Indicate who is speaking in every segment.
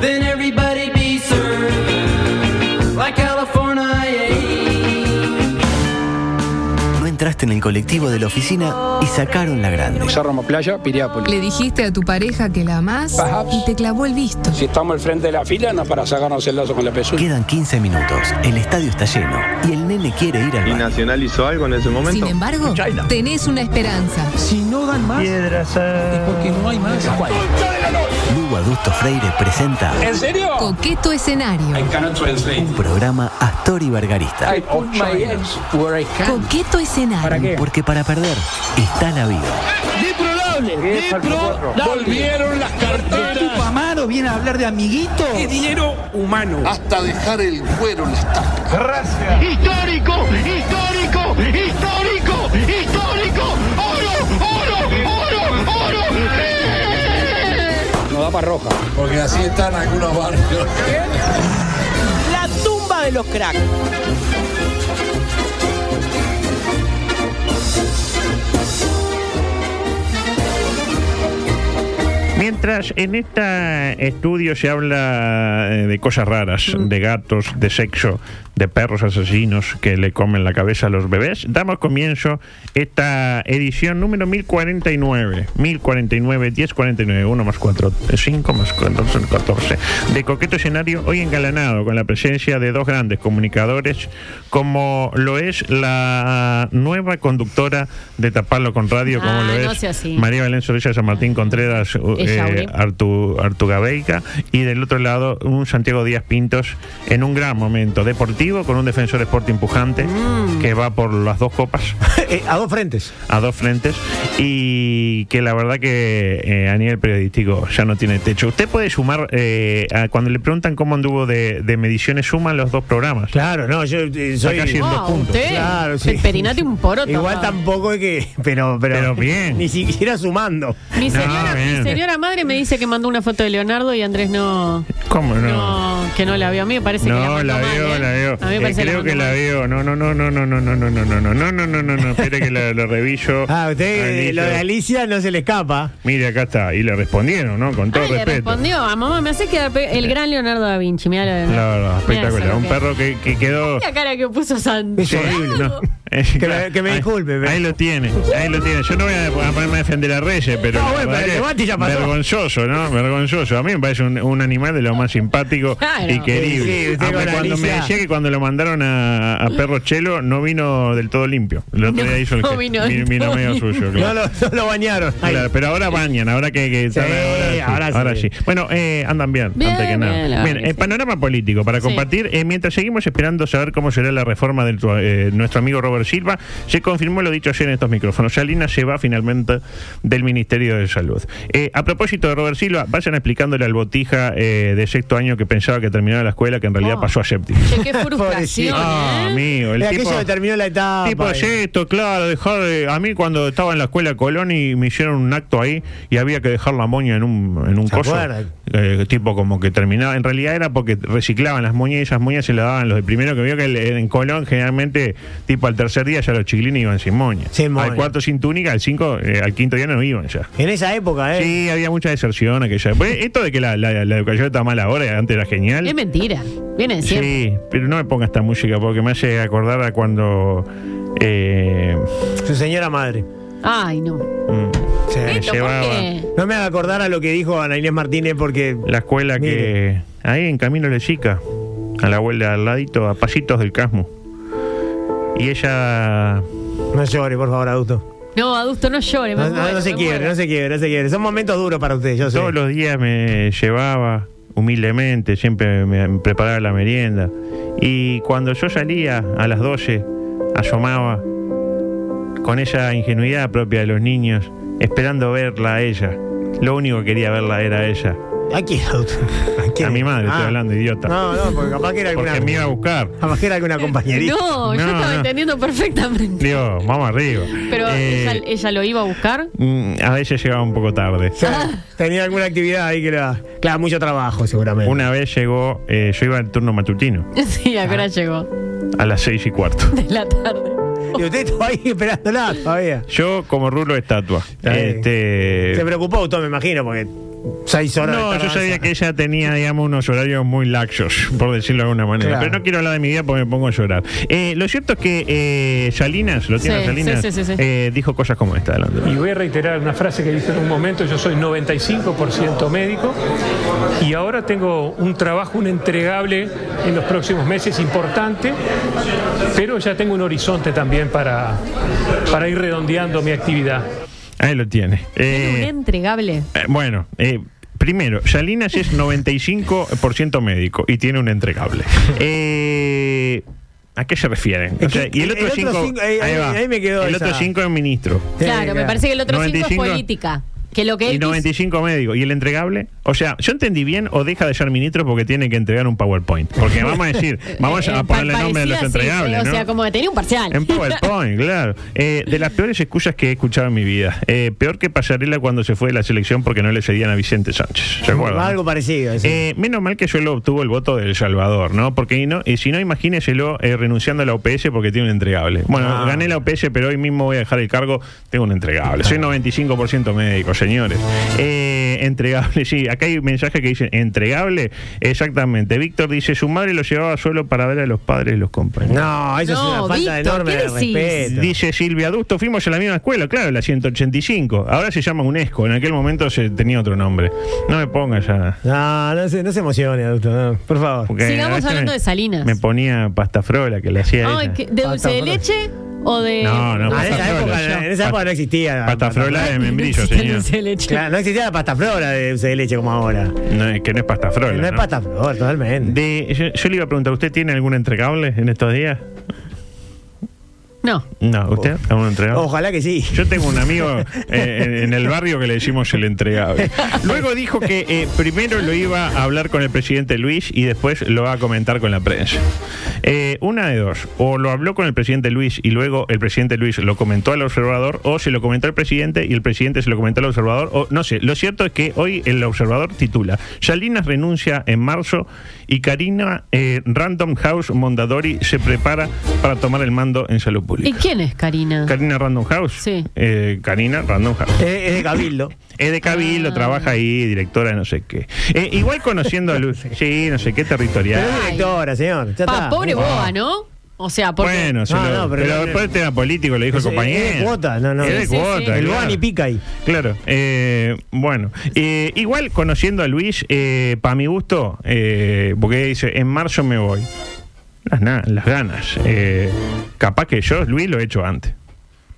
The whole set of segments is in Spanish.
Speaker 1: Then everybody be served like California.
Speaker 2: No entraste en el colectivo de la oficina y sacaron la grande.
Speaker 3: Ya Roma Playa, Piriápolis.
Speaker 4: Le dijiste a tu pareja que la amás
Speaker 3: Perhaps.
Speaker 4: y te clavó el visto.
Speaker 3: Si estamos al frente de la fila, no para sacarnos el lazo con la pezuña.
Speaker 2: Quedan 15 minutos, el estadio está lleno y el nene quiere ir al
Speaker 5: ¿Y
Speaker 2: baño.
Speaker 5: Nacional hizo algo en ese momento?
Speaker 4: Sin
Speaker 6: em-
Speaker 4: embargo, tenés una esperanza.
Speaker 2: Lugo Adusto Freire presenta
Speaker 3: ¿En serio?
Speaker 4: Coqueto escenario.
Speaker 3: cannot translate.
Speaker 2: un programa Astor y Bargarista.
Speaker 3: put my eggs where I can.
Speaker 4: Coqueto escenario.
Speaker 2: Porque para perder está la vida.
Speaker 3: Volvieron las carteras.
Speaker 7: Amaro viene a hablar de amiguito.
Speaker 3: Es dinero humano.
Speaker 8: hasta dejar el cuero en la estatua.
Speaker 9: histórico, histórico, histórico, histórico, oro, oro, oro, oro. ¡Eh!
Speaker 3: No da para roja.
Speaker 8: Porque así están algunos barrios.
Speaker 7: La tumba de los cracks.
Speaker 10: Mientras en este estudio se habla eh, de cosas raras,
Speaker 11: Mm.
Speaker 10: de gatos, de sexo, de perros asesinos que le comen la cabeza a los bebés, damos comienzo esta edición número 1049. 1049, 1049, 1 más 4, 5 más 4, 14. De coqueto escenario hoy engalanado con la presencia de dos grandes comunicadores como lo es la nueva conductora de Taparlo con Radio, como
Speaker 11: Ah,
Speaker 10: lo
Speaker 11: no
Speaker 10: es
Speaker 11: sea así.
Speaker 10: María Belén Zorrilla, San Martín Contreras, u-
Speaker 11: Es
Speaker 10: eh,
Speaker 11: Yauri.
Speaker 10: Artu- Artugabeica, y del otro lado un Santiago Díaz Pintos en un gran momento deportivo con un defensor Sporting pujante
Speaker 11: Mm.
Speaker 10: que va por las dos copas
Speaker 12: Eh, a dos frentes.
Speaker 10: a dos frentes y que la verdad que eh, a nivel periodístico ya no tiene techo. Usted puede sumar, eh, a- cuando le preguntan cómo anduvo de, de mediciones, suman los dos programas.
Speaker 12: Claro, no, yo eh, soy.
Speaker 10: casi en dos
Speaker 11: Ah,
Speaker 10: puntos.
Speaker 11: usted.
Speaker 12: Claro, sí.
Speaker 11: El perinate un poroto.
Speaker 12: Igual tampoco es que. Pero, pero,
Speaker 10: Pero bien.
Speaker 12: Ni siquiera sumando.
Speaker 11: Mi
Speaker 10: No,
Speaker 11: señora,
Speaker 10: bien.
Speaker 11: mi señora madre me dice que mandó una foto de Leonardo y Andrés no,
Speaker 10: ¿Cómo
Speaker 11: no, que no la vio. A mí me parece que
Speaker 10: No,
Speaker 11: mandó
Speaker 10: la
Speaker 11: mal,
Speaker 10: veo,
Speaker 11: ¿eh?
Speaker 10: la veo.
Speaker 11: A mí me
Speaker 10: Eh,
Speaker 11: parece
Speaker 10: creo que
Speaker 11: mandó
Speaker 10: la
Speaker 11: mal.
Speaker 10: veo. No, no, no, no, no, no, no, no, no, no, no, no, no, no, no, no, no. Espere que la, la reviso.
Speaker 12: Ah, usted eh,
Speaker 10: Anillo.
Speaker 12: lo de Alicia no se le escapa.
Speaker 10: Mire, acá está. Y le respondieron, ¿no? Con todo
Speaker 11: Ah, le
Speaker 10: respeto.
Speaker 11: respondió a mamá, me hace quedar pe- el gran Leonardo da Vinci. Mirá la,
Speaker 10: La verdad, espectacular. Un perro que, que quedó.
Speaker 11: La cara que puso Santi.
Speaker 12: Es horrible.
Speaker 10: No. Eh,
Speaker 12: Que me- que me
Speaker 10: Ahí-
Speaker 12: disculpe, pero-
Speaker 10: Ahí lo tiene, ahí lo tiene. Yo no voy a a ponerme a defender a Reyes, pero.
Speaker 12: No,
Speaker 10: la
Speaker 12: Ah, bueno, pero
Speaker 10: verdad
Speaker 12: el
Speaker 10: que
Speaker 12: debate ya pasó.
Speaker 10: Vergonzoso, ¿no? Vergonzoso. A mí me parece un, un animal de lo más simpático
Speaker 11: Claro.
Speaker 10: y querible.
Speaker 12: Sí, sí, usted
Speaker 10: Aunque
Speaker 12: con
Speaker 10: cuando me
Speaker 12: Alicia-
Speaker 10: decía que cuando lo mandaron a, a Perro Chelo, no vino del todo limpio. El otro
Speaker 11: No,
Speaker 10: día hizo el
Speaker 11: no
Speaker 10: gesto.
Speaker 11: vino
Speaker 10: Vi-
Speaker 11: del
Speaker 10: vino
Speaker 11: todo
Speaker 10: medio
Speaker 11: limpio.
Speaker 10: suyo,
Speaker 12: No
Speaker 10: claro.
Speaker 12: lo, no lo bañaron. Ay,
Speaker 10: Claro, pero ahora bañan, ahora que, que
Speaker 12: Sí,
Speaker 10: ahora,
Speaker 12: ahora
Speaker 10: sí,
Speaker 12: sí.
Speaker 10: ahora sí. Bueno, eh, andan bien,
Speaker 11: Bien,
Speaker 10: antes que
Speaker 11: bien,
Speaker 10: nada.
Speaker 11: la
Speaker 10: Bien,
Speaker 11: verdad que
Speaker 10: eh,
Speaker 11: sí.
Speaker 10: panorama político para
Speaker 11: Sí.
Speaker 10: compartir. eh, mientras seguimos esperando saber cómo será la reforma de tu- eh, nuestro amigo Robert Silva, se confirmó lo dicho ayer en estos micrófonos. Salinas se va finalmente del Ministerio de Salud. Eh, a propósito de Robert Silva, vayan explicándole al botija eh, de sexto año que pensaba que terminaba la escuela, que en realidad
Speaker 11: Oh.
Speaker 10: pasó a séptimo.
Speaker 11: Che, qué frustración.
Speaker 10: Ah,
Speaker 11: ¿eh?
Speaker 10: amigo, el
Speaker 12: de
Speaker 10: tipo...
Speaker 12: aquello que terminó la etapa.
Speaker 10: Tipo
Speaker 12: y-
Speaker 10: esto, claro, dejar de- a mí cuando estaba en la escuela Colón y me hicieron un acto ahí y había que dejar la moña en un, en un
Speaker 12: ¿Se
Speaker 10: coso.
Speaker 12: acuerda?
Speaker 10: Eh, tipo como que terminaba, en realidad era porque reciclaban las moñas y esas moñas se las daban los de primero que vio que el- en Colón generalmente tipo al tercer día ya los chiquilines iban sin moña.
Speaker 12: Sin moña.
Speaker 10: Al cuarto sin túnica, al cinco, eh, al quinto día no iban ya.
Speaker 12: En esa época, ¿eh?
Speaker 10: Sí, había mucha deserción aquella. Pues, esto de que la, la- la educación está mal ahora, antes era genial.
Speaker 11: Es mentira. Viene de siempre.
Speaker 10: Sí, pero no me ponga esta música porque me hace acordar a cuando eh,
Speaker 12: Su señora madre.
Speaker 11: Ay, no.
Speaker 10: mm, se
Speaker 11: Esto,
Speaker 10: llevaba
Speaker 11: ¿por qué?
Speaker 12: No me haga acordar a lo que dijo Ana Inés Martínez porque.
Speaker 10: la escuela que
Speaker 12: Mire.
Speaker 10: ahí en Camino Lechica, a la vuelta al ladito, a pasitos del Casmo. Y ella
Speaker 12: No llore, por favor, adulto.
Speaker 11: No, adusto, no llore. me
Speaker 12: No, no- no
Speaker 11: muero,
Speaker 12: se
Speaker 11: me
Speaker 12: quiebre,
Speaker 11: muero.
Speaker 12: no se quiebre, no se quiebre. Son momentos duros para usted, yo sé.
Speaker 10: todos los días me llevaba humildemente, siempre me, me preparaba la merienda. Y cuando yo salía a las 12, asomaba con esa ingenuidad propia de los niños, esperando verla a ella. Lo único que quería verla era a ella.
Speaker 12: ¿A quién? ¿A, quién? Ah.
Speaker 10: A mi madre estoy hablando, idiota.
Speaker 12: No, no, porque capaz que era alguna.
Speaker 10: Porque me iba a buscar.
Speaker 12: Capaz que era alguna compañerita.
Speaker 11: No, yo
Speaker 10: No,
Speaker 11: estaba
Speaker 10: no.
Speaker 11: entendiendo perfectamente.
Speaker 10: Digo, vamos arriba.
Speaker 11: Pero
Speaker 10: Eh,
Speaker 11: ella, ella lo iba a buscar.
Speaker 10: mm, a veces llegaba un poco tarde.
Speaker 12: Sí, Tenía alguna actividad ahí que era. Claro, mucho trabajo seguramente.
Speaker 10: Una vez llegó, eh, yo iba al turno matutino, Ah.
Speaker 11: Sí, a qué hora llegó.
Speaker 10: a las seis y cuarto.
Speaker 11: De la tarde.
Speaker 12: Y usted estaba ahí esperándola todavía.
Speaker 10: Yo como rulo de estatua.
Speaker 12: Está bien.
Speaker 10: Este,
Speaker 12: Se preocupó usted, me imagino, porque seis horas. de
Speaker 10: No, yo
Speaker 12: tardanza.
Speaker 10: sabía que ella tenía, digamos, unos horarios muy laxos, por decirlo de alguna manera.
Speaker 12: Claro.
Speaker 10: Pero no quiero hablar de mi vida porque me pongo a llorar. Eh, lo cierto es que eh, Salinas, lo tiene
Speaker 11: Sí,
Speaker 10: Salinas,
Speaker 11: sí, sí, sí, sí.
Speaker 10: eh, dijo cosas como esta. Adelante.
Speaker 5: Y voy a reiterar una frase que dije en un momento, yo soy 95% médico y ahora tengo un trabajo, un entregable en los próximos meses importante, pero ya tengo un horizonte también para, para ir redondeando mi actividad.
Speaker 10: Ahí lo tiene.
Speaker 11: Un
Speaker 10: Eh,
Speaker 11: entregable.
Speaker 10: eh, bueno, eh, primero, Salinas es 95% médico y tiene un entregable. Eh, ¿A qué se refieren?
Speaker 12: Es
Speaker 10: O sea,
Speaker 12: que
Speaker 10: y el otro
Speaker 12: el otro
Speaker 10: 5
Speaker 12: cinco, eh, ahí- ahí me quedó
Speaker 10: El
Speaker 12: esa.
Speaker 10: otro 5 es ministro.
Speaker 12: Sí,
Speaker 11: Claro, me parece que el otro 5 es
Speaker 10: 95.
Speaker 11: política. Que lo que
Speaker 10: Y
Speaker 11: él quiso-
Speaker 10: 95 médico. ¿Y el entregable? O sea, yo entendí bien o deja de ser ministro porque tiene que entregar un PowerPoint. Porque vamos a decir, vamos
Speaker 11: eh,
Speaker 10: a
Speaker 11: pa-
Speaker 10: ponerle el nombre de los
Speaker 11: parecía así,
Speaker 10: entregables.
Speaker 11: O
Speaker 10: ¿no?
Speaker 11: sea, como que tenía un parcial.
Speaker 10: En PowerPoint, claro. Eh, de las peores excusas que he escuchado en mi vida. Eh, peor que Pasarela cuando se fue de la selección porque no le cedían a Vicente Sánchez. ¿Se acuerdan?
Speaker 12: Algo parecido. sí.
Speaker 10: Eh, menos mal que solo obtuvo el voto de El Salvador, ¿no? Porque y no, y si no, imagíneselo eh, renunciando a la OPS porque tiene un entregable. Bueno,
Speaker 12: Ah.
Speaker 10: gané la OPS, pero hoy mismo voy a dejar el cargo, tengo un entregable. Soy 95% médico, señores. Eh, entregable, sí. Acá hay mensajes que dicen, ¿entregable? Exactamente. Víctor dice, su madre lo llevaba solo para ver a los padres de los compañeros.
Speaker 12: no, eso es
Speaker 11: No,
Speaker 12: una falta
Speaker 11: Víctor,
Speaker 12: enorme
Speaker 11: ¿qué
Speaker 12: de
Speaker 11: decís?
Speaker 12: respeto.
Speaker 10: Dice Silvia Adusto, fuimos a la misma escuela, claro, la 185. Ahora se llama UNESCO, en aquel momento se tenía otro nombre. No me pongas ya.
Speaker 12: No, no se, no se emocione, adulto. no, por favor.
Speaker 10: Porque
Speaker 11: Sigamos
Speaker 10: a veces
Speaker 11: hablando
Speaker 10: me-
Speaker 11: de Salinas.
Speaker 10: Eh, Me ponía pastafrola que le hacía.
Speaker 11: Ay,
Speaker 10: ella.
Speaker 11: ¿qué- ¿De dulce de
Speaker 12: Pata-
Speaker 11: leche o de.?
Speaker 10: No, no,
Speaker 12: Ah, No, Ah, en, esa
Speaker 10: pastafrola,
Speaker 12: época,
Speaker 10: ya.
Speaker 12: no- en esa época no existía.
Speaker 10: Pastafrola de membrillo, señor.
Speaker 11: Dulce de leche.
Speaker 12: Claro, no existía la pasta flora de dulce de leche como ahora.
Speaker 10: No, es que no es pastafrola.
Speaker 12: no es
Speaker 10: ¿no?
Speaker 12: pasta flor, totalmente.
Speaker 10: De- yo, yo le iba a preguntar, ¿usted tiene algún entregable en estos días?
Speaker 11: No.
Speaker 10: No, ¿usted? ¿Algún entregable?
Speaker 12: Ojalá que sí.
Speaker 10: Yo tengo un amigo eh, en, en el barrio que le decimos el entregable. Luego dijo que eh, primero lo iba a hablar con el presidente Luis y después lo va a comentar con la prensa. Eh, una de dos, o lo habló con el presidente Luis y luego el presidente Luis lo comentó al observador, o se lo comentó al presidente y el presidente se lo comentó al observador, o no sé. Lo cierto es que hoy el observador titula Salinas renuncia en marzo y Karina eh, Random House Mondadori se prepara para tomar el mando en salud pública.
Speaker 11: ¿Y quién es Karina?
Speaker 10: Karina Random House.
Speaker 11: Sí.
Speaker 10: Eh, Karina Random House.
Speaker 12: Es, es de Cabildo.
Speaker 10: Es de
Speaker 11: Ah.
Speaker 10: Cabildo, trabaja ahí, directora de no sé qué. Eh, igual conociendo a Luz, sí, no sé qué territorial.
Speaker 12: Pero es directora, señor. Ya
Speaker 11: Pa,
Speaker 12: está.
Speaker 11: pobre
Speaker 12: Ah.
Speaker 11: boa, ¿no? O sea, porque.
Speaker 10: Bueno, se
Speaker 12: No,
Speaker 10: lo-
Speaker 12: no,
Speaker 10: pero,
Speaker 12: pero-
Speaker 10: después el tema político lo dijo el
Speaker 12: Es- es
Speaker 10: compañero.
Speaker 12: de cuota, no, no.
Speaker 10: Es de
Speaker 11: Sí, sí,
Speaker 10: cuota,
Speaker 11: sí.
Speaker 10: claro.
Speaker 12: El boa ni pica ahí.
Speaker 10: Claro, eh, bueno, eh, igual conociendo a Luis, eh, para mi gusto, eh, porque dice, en marzo me voy. Las, na- las ganas. Eh, capaz que yo, Luis, lo he hecho antes.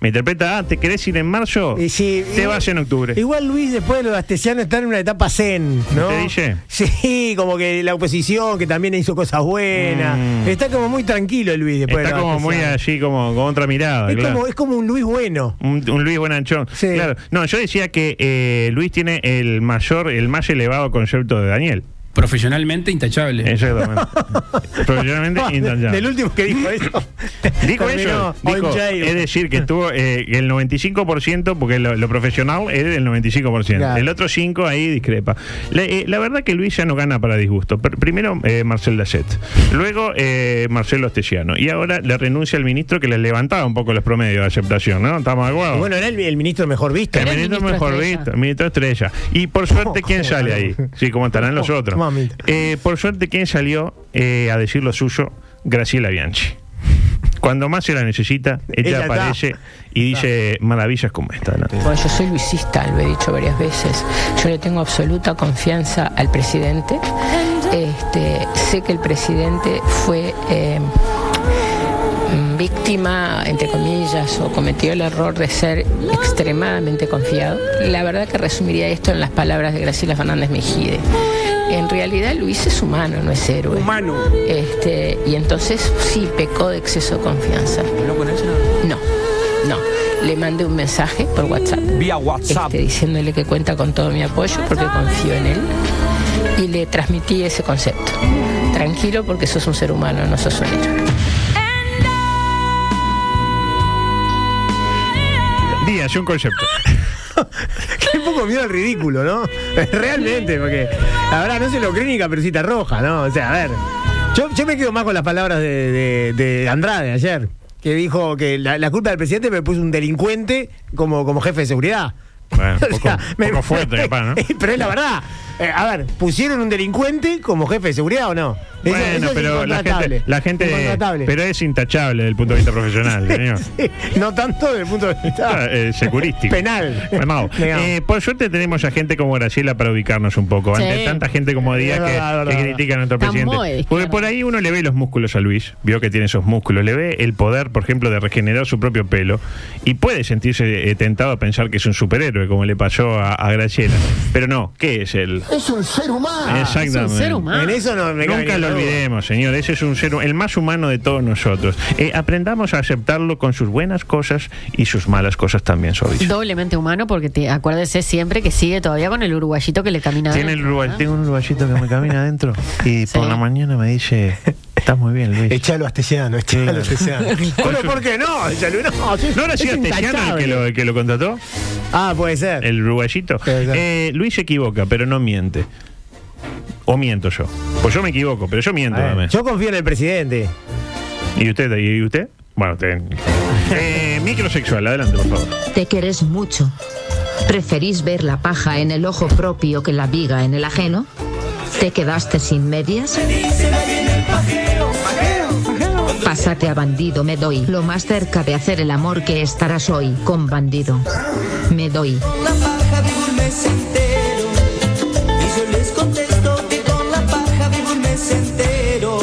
Speaker 10: Me interpreta, ah, ¿te querés ir en marzo?
Speaker 12: Y si-
Speaker 10: Te
Speaker 12: igual-
Speaker 10: vas en octubre.
Speaker 12: Igual Luis, después de los astesianos, está en una etapa zen, ¿no?
Speaker 10: ¿Te dice?
Speaker 12: Sí, como que la oposición, que también hizo cosas buenas.
Speaker 10: Mm.
Speaker 12: Está como muy tranquilo el Luis después
Speaker 10: Está
Speaker 12: de los
Speaker 10: como muy
Speaker 12: astesianos.
Speaker 10: así, como con otra mirada.
Speaker 12: es,
Speaker 10: claro.
Speaker 12: como, es como un Luis bueno.
Speaker 10: Un, un Luis Buenanchón.
Speaker 12: Sí.
Speaker 10: Claro. No, yo decía que eh, Luis tiene el mayor, el más elevado concepto de Daniel.
Speaker 3: Profesionalmente
Speaker 13: Eh.
Speaker 3: intachable.
Speaker 10: Exactamente. Profesionalmente intangible.
Speaker 12: Del último que dijo eso.
Speaker 10: Dijo
Speaker 12: Terminó
Speaker 10: eso. dijo,
Speaker 12: on jail.
Speaker 10: es decir, que tuvo eh, el 95%, porque lo, lo profesional es del 95%.
Speaker 12: Claro.
Speaker 10: El otro 5% ahí discrepa. La, eh, la verdad que Luis ya no gana para disgusto. Pr- primero eh, Marcel Lacet, luego eh, Marcelo Astesiano. Y ahora le renuncia al ministro que les levantaba un poco los promedios de aceptación, ¿no? ¿Estamos de acuerdo?
Speaker 12: Y bueno, era el, el ministro mejor visto.
Speaker 10: El
Speaker 11: Era el
Speaker 10: ministro
Speaker 11: ministro
Speaker 10: mejor
Speaker 11: estrella.
Speaker 10: visto, el ministro estrella. Y por suerte, ¿quién sale ahí? Sí, como estarán los
Speaker 12: Oh,
Speaker 10: otros.
Speaker 12: mamita.
Speaker 10: Eh, por suerte, ¿quién salió eh, a decir lo suyo? Graciela Bianchi. Cuando más se la necesita, ella,
Speaker 12: Ella está.
Speaker 10: aparece y dice maravillas como esta. ¿no?
Speaker 1: Bueno, yo soy luisista, lo he dicho varias veces. Yo le tengo absoluta confianza al presidente. Este, sé que el presidente fue eh, mm, víctima, entre comillas, o cometió el error de ser extremadamente confiado. La verdad que resumiría esto en las palabras de Graciela Fernández Mejide. En realidad Luis es humano, no es héroe.
Speaker 3: Humano.
Speaker 1: Este, y entonces sí pecó de exceso de confianza. No, no. le mandé un mensaje por WhatsApp.
Speaker 14: Vía WhatsApp.
Speaker 1: este, diciéndole que cuenta con todo mi apoyo porque confío en él. Y le transmití ese concepto. Tranquilo porque sos un ser humano, no sos un héroe.
Speaker 10: Díaz, un concepto.
Speaker 12: Qué poco miedo al ridículo, ¿no? Realmente, porque la verdad no se lo cree ni Caperucita Roja, ¿no? O sea, a ver. Yo, yo me quedo más con las palabras de, de- de Andrade ayer, que dijo que la, la culpa del presidente me puso un delincuente como, como jefe de seguridad.
Speaker 10: Bueno,
Speaker 12: O
Speaker 10: poco,
Speaker 12: sea, me-
Speaker 10: poco fuerte, capaz, ¿no?
Speaker 12: Pero es la verdad. Eh, a ver, ¿pusieron un delincuente como jefe de seguridad o no? Eso-
Speaker 10: Bueno,
Speaker 12: eso es
Speaker 10: pero la gente,
Speaker 12: incontratable.
Speaker 10: la gente
Speaker 12: Incontratable.
Speaker 10: pero es intachable desde el punto de vista profesional, señor.
Speaker 12: no tanto desde el punto de vista
Speaker 10: Ah, eh, securístico.
Speaker 12: penal.
Speaker 10: Calmado.
Speaker 12: Negado.
Speaker 10: Eh, por suerte tenemos a gente como Graciela para ubicarnos un poco,
Speaker 11: Sí.
Speaker 10: ante tanta gente como Díaz
Speaker 12: Es
Speaker 10: que,
Speaker 12: verdad,
Speaker 10: que
Speaker 12: verdad.
Speaker 10: critica a nuestro
Speaker 11: Está
Speaker 10: presidente.
Speaker 11: muy de izquierda.
Speaker 10: Porque por ahí uno le ve los músculos a Luis, vio que tiene esos músculos, le ve el poder, por ejemplo, de regenerar su propio pelo y puede sentirse eh, tentado a pensar que es un superhéroe, como le pasó a, a Graciela. Pero no, ¿qué es él?
Speaker 8: Es un ser humano.
Speaker 10: Exactamente.
Speaker 11: Ah, Es un ser humano.
Speaker 12: En eso no me cabe
Speaker 10: Nunca
Speaker 12: ninguna
Speaker 10: lo
Speaker 12: duda.
Speaker 10: olvidemos, señor. Ese es un ser, el más humano de todos nosotros. Eh, aprendamos a aceptarlo con sus buenas cosas y sus malas cosas también, suavizo.
Speaker 11: Doblemente humano, porque te, acuérdese siempre que sigue todavía con el uruguayito que le camina.
Speaker 10: Tiene el
Speaker 11: adentro,
Speaker 10: uruguay-
Speaker 11: ¿no?
Speaker 10: tengo un uruguayito que me camina adentro y por
Speaker 11: Sí.
Speaker 10: la mañana me dice, estás muy bien, Luis.
Speaker 12: Echalo a Tesiano, echalo a Tesiano. Pero ¿por qué no? Echalo, no.
Speaker 10: ¿No era
Speaker 12: Es
Speaker 10: así Astesiano el
Speaker 12: intachable.
Speaker 10: que, lo, el que lo contrató?
Speaker 12: Ah, puede ser.
Speaker 10: El uruguayito.
Speaker 12: Exacto.
Speaker 10: Eh, Luis se equivoca, pero no miente. O miento yo. Pues yo me equivoco, pero yo miento
Speaker 12: A ver,
Speaker 10: también.
Speaker 12: yo confío en el presidente.
Speaker 10: ¿Y usted? ¿Y usted? Bueno, usted. Eh, microsexual, adelante, por favor.
Speaker 15: Te querés mucho. ¿Preferís ver la paja en el ojo propio que la viga en el ajeno? ¿Te quedaste sin medias? Pásate a bandido, me doy. Lo más cerca de hacer el amor que estarás hoy con bandido. Me doy.
Speaker 16: la paja vivo un mes entero. Y yo les contesto que con la paja vivo un mes entero.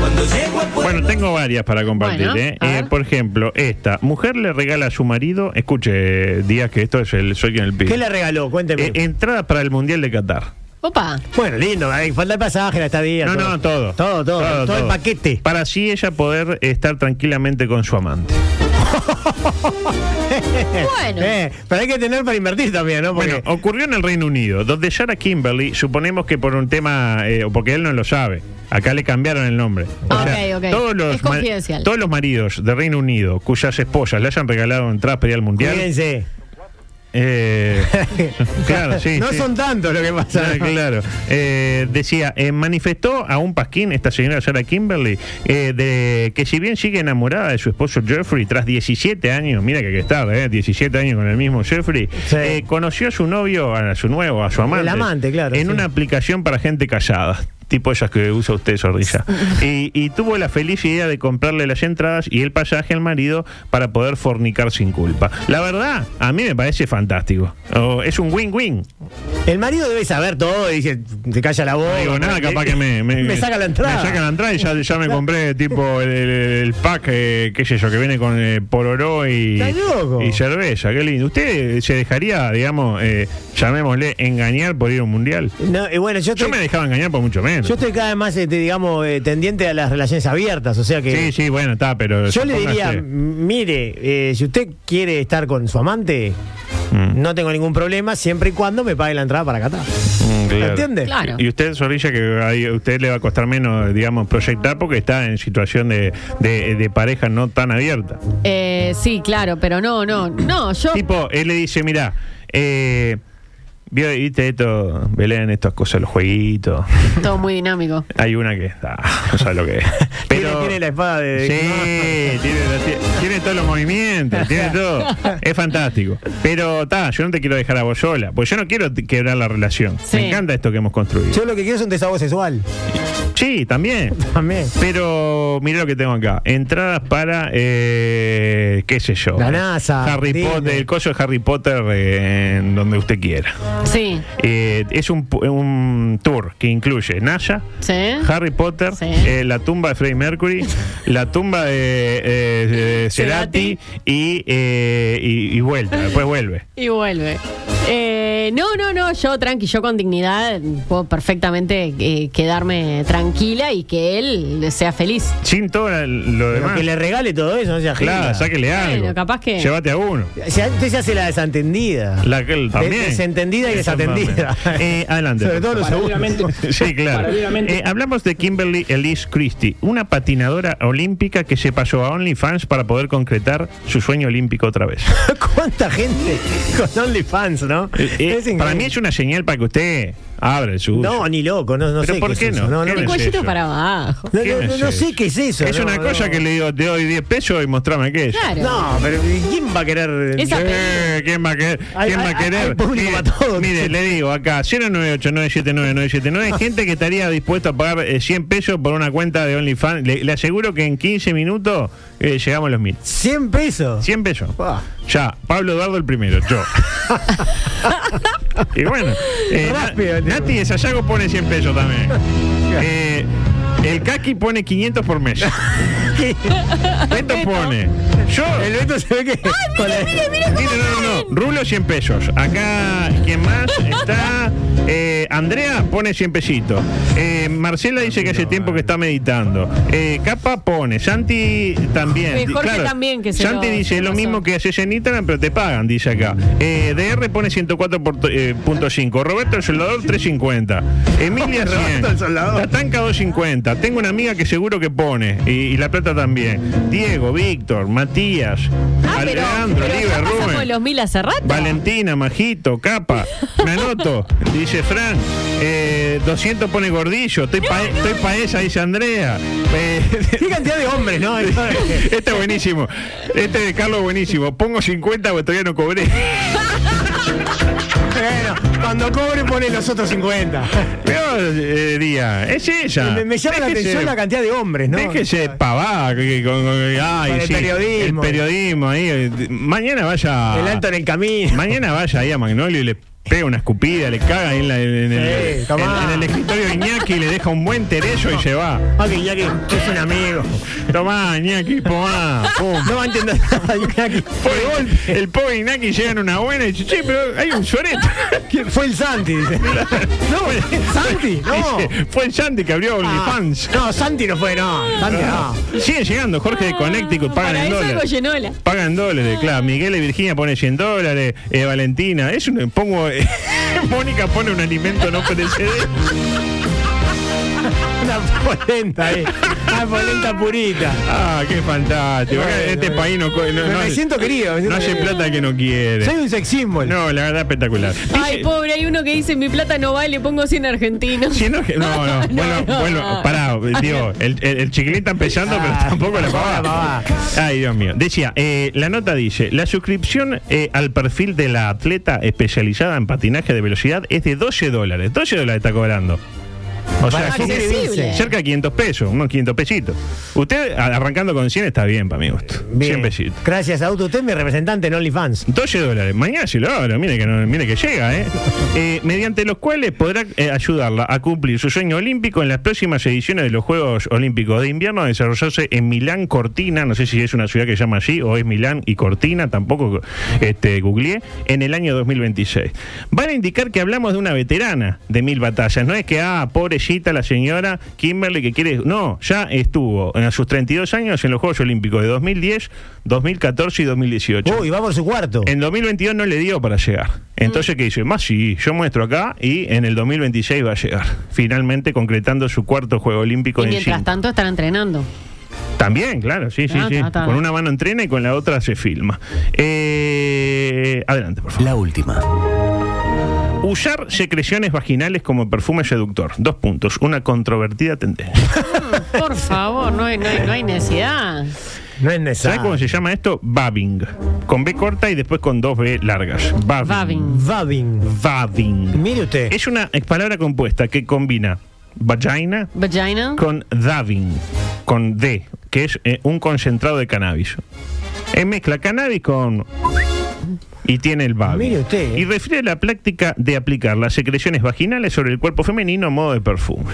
Speaker 16: Cuando llego al pueblo.
Speaker 10: Bueno, tengo varias para compartir.
Speaker 16: Bueno,
Speaker 10: ¿eh?
Speaker 16: a
Speaker 10: Eh,
Speaker 16: ver.
Speaker 10: por ejemplo, esta. Mujer le regala a su marido. Escuche, Díaz, que esto es el Soy quien el pibe.
Speaker 12: ¿Qué le regaló? Cuénteme.
Speaker 10: Eh, entradas para el Mundial de Qatar.
Speaker 11: Opa.
Speaker 12: bueno, lindo, ahí falta el pasaje, la estadía.
Speaker 10: No,
Speaker 12: todo.
Speaker 10: no, todo.
Speaker 12: Todo, todo, todo, el paquete.
Speaker 10: Para así ella poder estar tranquilamente con su amante.
Speaker 11: Bueno.
Speaker 12: Eh, pero hay que tener para invertir también, ¿no? Porque
Speaker 10: Bueno, ocurrió en el Reino Unido, donde Sarah Kimberly, suponemos que por un tema, eh, o porque él no lo sabe, acá le cambiaron el nombre. O
Speaker 11: Ah, ok, ok.
Speaker 10: Todos los
Speaker 11: Es
Speaker 10: ma-
Speaker 11: confidencial.
Speaker 10: todos los maridos de Reino Unido cuyas esposas le hayan regalado entradas para ir al mundial.
Speaker 12: cuídense.
Speaker 10: eh, claro, sí.
Speaker 12: no
Speaker 10: sí.
Speaker 12: son tantos lo que pasa.
Speaker 10: Ah, claro. Eh, decía, eh, manifestó a un pasquín, esta señora Sarah Kimberly, eh, de que si bien sigue enamorada de su esposo Jeffrey tras 17 años, mira que, que tarde, eh, 17 años con el mismo Jeffrey,
Speaker 12: Sí.
Speaker 10: eh, conoció a su novio, a su nuevo, a su amante.
Speaker 12: El amante, claro,
Speaker 10: En
Speaker 12: sí.
Speaker 10: una aplicación para gente callada. Tipo esas que usa usted, sonrisa. Y, y tuvo la feliz idea de comprarle las entradas y el pasaje al marido para poder fornicar sin culpa. La verdad, a mí me parece fantástico. Oh, es un win-win.
Speaker 12: El marido debe saber todo, dice, se calla la voz.
Speaker 10: No digo nada, capaz que me,
Speaker 12: saca la entrada.
Speaker 10: Me saca la entrada y ya, ya me compré tipo el, el- el pack, eh, qué sé yo, que viene con eh, pororó y,
Speaker 12: Está loco.
Speaker 10: y cerveza. Qué lindo. ¿Usted se dejaría, digamos, eh, llamémosle, engañar por ir a un mundial?
Speaker 12: No, y bueno, yo,
Speaker 10: Yo
Speaker 12: estoy-
Speaker 10: me dejaba engañar por mucho menos.
Speaker 12: yo estoy cada vez más, este, digamos, eh, tendiente a las relaciones abiertas, o sea que...
Speaker 10: sí, sí, bueno, está, pero.
Speaker 12: Yo le diría,
Speaker 10: supóngase-
Speaker 12: mire, eh, si usted quiere estar con su amante,
Speaker 10: Mm,
Speaker 12: no tengo ningún problema, siempre y cuando me pague la entrada para Qatar.
Speaker 10: mm,
Speaker 12: ¿Me
Speaker 10: claro.
Speaker 12: entiende?
Speaker 11: Claro.
Speaker 10: Y usted, Zorrilla, que ahí a usted le va a costar menos, digamos, proyectar porque está en situación de, de- de pareja no tan abierta.
Speaker 11: Eh, sí, claro, pero no, no. No, yo.
Speaker 10: Tipo, él le dice, mira, eh, vio- viste esto, Belén, estas cosas, los jueguitos.
Speaker 11: Todo muy dinámico.
Speaker 10: Hay una que está, no sabe lo que es.
Speaker 12: Tiene- tiene la espada de-
Speaker 10: Sí, tiene, la- tiene- tiene todos los movimientos, tiene todo. Es fantástico. Pero está, yo no te quiero dejar a vos sola, porque yo no quiero te- quebrar la relación.
Speaker 11: Sí.
Speaker 10: Me encanta esto que hemos construido.
Speaker 12: Yo lo que quiero es un desahogo sexual.
Speaker 10: Sí, también.
Speaker 12: También.
Speaker 10: Pero mirá lo que tengo acá. Entradas para, eh, qué sé yo.
Speaker 12: La NASA,
Speaker 10: Harry
Speaker 12: Disney.
Speaker 10: Potter, el coso de Harry Potter eh, en donde usted quiera.
Speaker 11: Sí.
Speaker 10: Eh, es un, pu- un tour que incluye Naya,
Speaker 11: Sí.
Speaker 10: Harry Potter,
Speaker 11: Sí.
Speaker 10: eh, la tumba de Freddie Mercury, la tumba de eh, eh, Cerati y, eh, y, y vuelta, después vuelve.
Speaker 11: Y vuelve. Eh, Eh, no, no, no, yo tranqui, yo con dignidad puedo perfectamente eh, quedarme tranquila y que él sea feliz.
Speaker 10: Sin todo lo demás.
Speaker 12: que le regale todo eso, no sea
Speaker 10: Claro, sáquele algo.
Speaker 11: Bueno, capaz que-
Speaker 10: Llévate a uno.
Speaker 12: Se, entonces se hace la desentendida.
Speaker 10: La que él también.
Speaker 12: Desentendida y
Speaker 10: Esa es
Speaker 12: desatendida.
Speaker 10: mame. Eh, adelante.
Speaker 12: Sobre todo los
Speaker 10: Paralelamente-
Speaker 12: segundos.
Speaker 10: Sí, claro.
Speaker 12: Paralelamente-
Speaker 10: Eh, hablamos de Kimberly Elise Christie, una patinadora olímpica que se pasó a OnlyFans para poder concretar su sueño olímpico otra vez.
Speaker 12: ¿Cuánta gente con OnlyFans, no?
Speaker 10: Eh, eh, para mí es una señal para que usted abra el suyo.
Speaker 12: No, ni loco, no, no
Speaker 10: ¿Pero
Speaker 12: sé
Speaker 10: por qué
Speaker 12: es eso, No,
Speaker 10: no? ¿Qué
Speaker 12: no,
Speaker 10: es
Speaker 11: El cuellito
Speaker 10: eso?
Speaker 11: para abajo.
Speaker 12: No,
Speaker 10: ¿Qué
Speaker 12: no, no,
Speaker 10: es
Speaker 12: no
Speaker 10: eso?
Speaker 12: sé qué es eso.
Speaker 10: Es
Speaker 12: no,
Speaker 10: una
Speaker 12: no.
Speaker 10: cosa que le digo, te doy 10 pesos y mostrame qué es.
Speaker 11: Claro.
Speaker 12: No, pero ¿quién va a querer?
Speaker 11: Esa-
Speaker 10: Eh, ¿Quién va a querer?
Speaker 12: Hay-
Speaker 10: ¿Quién va
Speaker 12: hay-
Speaker 10: a querer?
Speaker 12: hay público
Speaker 10: Mire,
Speaker 12: para todo.
Speaker 10: mire, le digo acá, 098-979-979, hay gente que estaría dispuesta a pagar eh, 100 pesos por una cuenta de OnlyFans. Le, le aseguro que en 15 minutos eh, llegamos a los mil.
Speaker 12: 100 pesos.
Speaker 10: 100 pesos.
Speaker 12: Ah.
Speaker 10: Ya, Pablo Eduardo el primero, yo. y bueno, eh, Na-
Speaker 12: Rápido, tío.
Speaker 10: Nati de Sayago pone 100 pesos también. Eh, el Kaki pone 500 por mes. Beto pone. Yo.
Speaker 12: El Beto se ve que. con la-
Speaker 10: Mire, no, no, no. Rulo 100 pesos. Acá, ¿quién más? Está. eh, Andrea pone 100 pesitos. Eh, Marcela dice que hace tiempo que está meditando. Eh, Capa pone. Santi también.
Speaker 11: Eh,
Speaker 10: Di-
Speaker 11: Jorge también, que se
Speaker 10: Santi
Speaker 11: lo-
Speaker 10: dice
Speaker 11: se
Speaker 10: lo
Speaker 11: pasó.
Speaker 10: mismo que haces en Instagram, pero te pagan, dice acá. Eh, DR pone 104.5. eh, Roberto el Soldador 350. Emilia 100.
Speaker 12: Roberto el Soldador.
Speaker 10: Tatanca 250. Tengo una amiga que seguro que pone. Y, y la plata también. Diego, Víctor, Matías,
Speaker 11: Ah, pero,
Speaker 10: Alejandro,
Speaker 11: pero
Speaker 10: Oliver,
Speaker 11: ya pasamos
Speaker 10: Rubén.
Speaker 11: los mil hace rato.
Speaker 10: Valentina, Majito, Capa, me anoto, dice Fran. Eh, 200 pone gordillo, estoy pa, estoy pa esa, dice Andrea. Eh,
Speaker 12: Qué cantidad de hombres, ¿no?
Speaker 10: este es buenísimo, este de Carlos es buenísimo. Pongo 50 porque todavía no cobré.
Speaker 12: Bueno, cuando cobre pone los otros 50.
Speaker 10: Peor eh, día, es ella.
Speaker 12: Me, me llama la
Speaker 10: Déjese-
Speaker 12: atención la cantidad de hombres, ¿no?
Speaker 10: Déjese pavada, que- que- con- con- ay,
Speaker 12: Con el
Speaker 10: sí,
Speaker 12: periodismo.
Speaker 10: El periodismo ahí. eh, Mañana vaya.
Speaker 12: El alto en el camino.
Speaker 10: Mañana vaya ahí a Magnolio y le pega una escupida, le caga ahí en, la- en- en el,
Speaker 12: Sí, tomá.
Speaker 10: en- en el escritorio de Iñaki y le deja un buen tereso y se va.
Speaker 12: Ok, ya Ah, que es un amigo.
Speaker 10: Tomá, Iñaki, tomá. pum.
Speaker 12: No va a entender nada, Iñaki.
Speaker 10: Pobre- el pobre Iñaki llega en una buena y dice, che, pero hay un sorete.
Speaker 12: ¿Quién? Fue el Santi. dice. No, Santi, no.
Speaker 10: Dice, Fue el Santi que abrió OnlyFans. Ah,
Speaker 12: No, Santi no fue, no. Santi no.
Speaker 10: Sigue llegando Jorge de Connecticut, pagan
Speaker 11: Ah, Para
Speaker 10: en
Speaker 11: eso Ah. algo
Speaker 10: dólares.
Speaker 11: llenola.
Speaker 10: Pagan dólares, claro. Miguel y Virginia pone 100 dólares. eh, Valentina, es un. Pongo. eh, Mónica pone un alimento no perecedero.
Speaker 12: Una polenta, eh. Una polenta purita.
Speaker 10: Ah, qué fantástico. Acá
Speaker 12: Bueno,
Speaker 10: este
Speaker 12: bueno.
Speaker 10: país no. co- no-
Speaker 12: Me-
Speaker 10: no-
Speaker 12: me siento querido, me
Speaker 10: No
Speaker 12: siento
Speaker 10: hace
Speaker 12: querido.
Speaker 10: plata que no quiere.
Speaker 12: Soy un sex symbol.
Speaker 10: No, la verdad espectacular.
Speaker 11: Ay, pobre, hay uno que dice, mi plata no vale, pongo 100 argentinos.
Speaker 10: Si no, que- no, no, bueno,
Speaker 11: no.
Speaker 10: bueno, pará, digo, el, el, el chiquilín está empezando, pero tampoco Ah, la pavada. Ay, Dios mío. Decía, eh, la nota dice, la suscripción eh, al perfil de la atleta especializada en patinaje de velocidad es de 12 dólares. 12 dólares está cobrando. O sea,
Speaker 12: Para
Speaker 10: cerca-
Speaker 12: suscribirse.
Speaker 10: cerca de 500 pesos, unos 500 pesitos. Usted a- arrancando con 100 está bien para mi gusto.
Speaker 12: Bien.
Speaker 10: 100 pesitos.
Speaker 12: Gracias, Auto. Usted es mi representante en OnlyFans.
Speaker 10: 12 dólares. Mañana se lo abro, mire que, no- mire que llega, ¿eh? Eh, Mediante los cuales podrá eh, ayudarla a cumplir su sueño olímpico en las próximas ediciones de los Juegos Olímpicos de Invierno a desarrollarse en Milán, Cortina, no sé si es una ciudad que se llama así, o es Milán y Cortina, tampoco este, googleé, en el año 2026. Van a indicar que hablamos de una veterana de mil batallas, no es que, ah, pobrecita la señora Kimberly que quiere... No, ya estuvo a sus 32 años en los Juegos Olímpicos de 2010, 2014 y 2018.
Speaker 12: Uy, va por su cuarto.
Speaker 10: En 2022 no le dio para llegar. Entonces,
Speaker 11: Mm.
Speaker 10: ¿qué dice? Más sí, yo muestro acá y en el 2026 va a llegar. Finalmente concretando su cuarto Juego Olímpico
Speaker 11: Y
Speaker 10: en
Speaker 11: mientras
Speaker 10: cinco.
Speaker 11: tanto están entrenando.
Speaker 10: También, claro, sí, sí,
Speaker 11: Ah,
Speaker 10: sí.
Speaker 11: ta, ta.
Speaker 10: Con una mano entrena y con la otra se filma. Eh, adelante, por favor.
Speaker 2: La última.
Speaker 10: Usar secreciones vaginales como perfume seductor. Dos puntos. Una controvertida tendencia.
Speaker 11: Por favor, no hay, no hay, no hay necesidad.
Speaker 12: No es
Speaker 10: ¿Sabes cómo
Speaker 12: necesario.
Speaker 10: se llama esto? Babbing. Con B corta y después con dos B largas. Babbing.
Speaker 11: Babin.
Speaker 12: Vabbing.
Speaker 10: Babbing.
Speaker 12: Mire usted.
Speaker 10: Es una eh, palabra compuesta que combina vagina
Speaker 11: Vagina.
Speaker 10: con davin, con D, que es eh, un concentrado de cannabis. Eh, mezcla cannabis con y tiene el vago. Y refiere a la práctica de aplicar las secreciones vaginales sobre el cuerpo femenino a modo de perfume.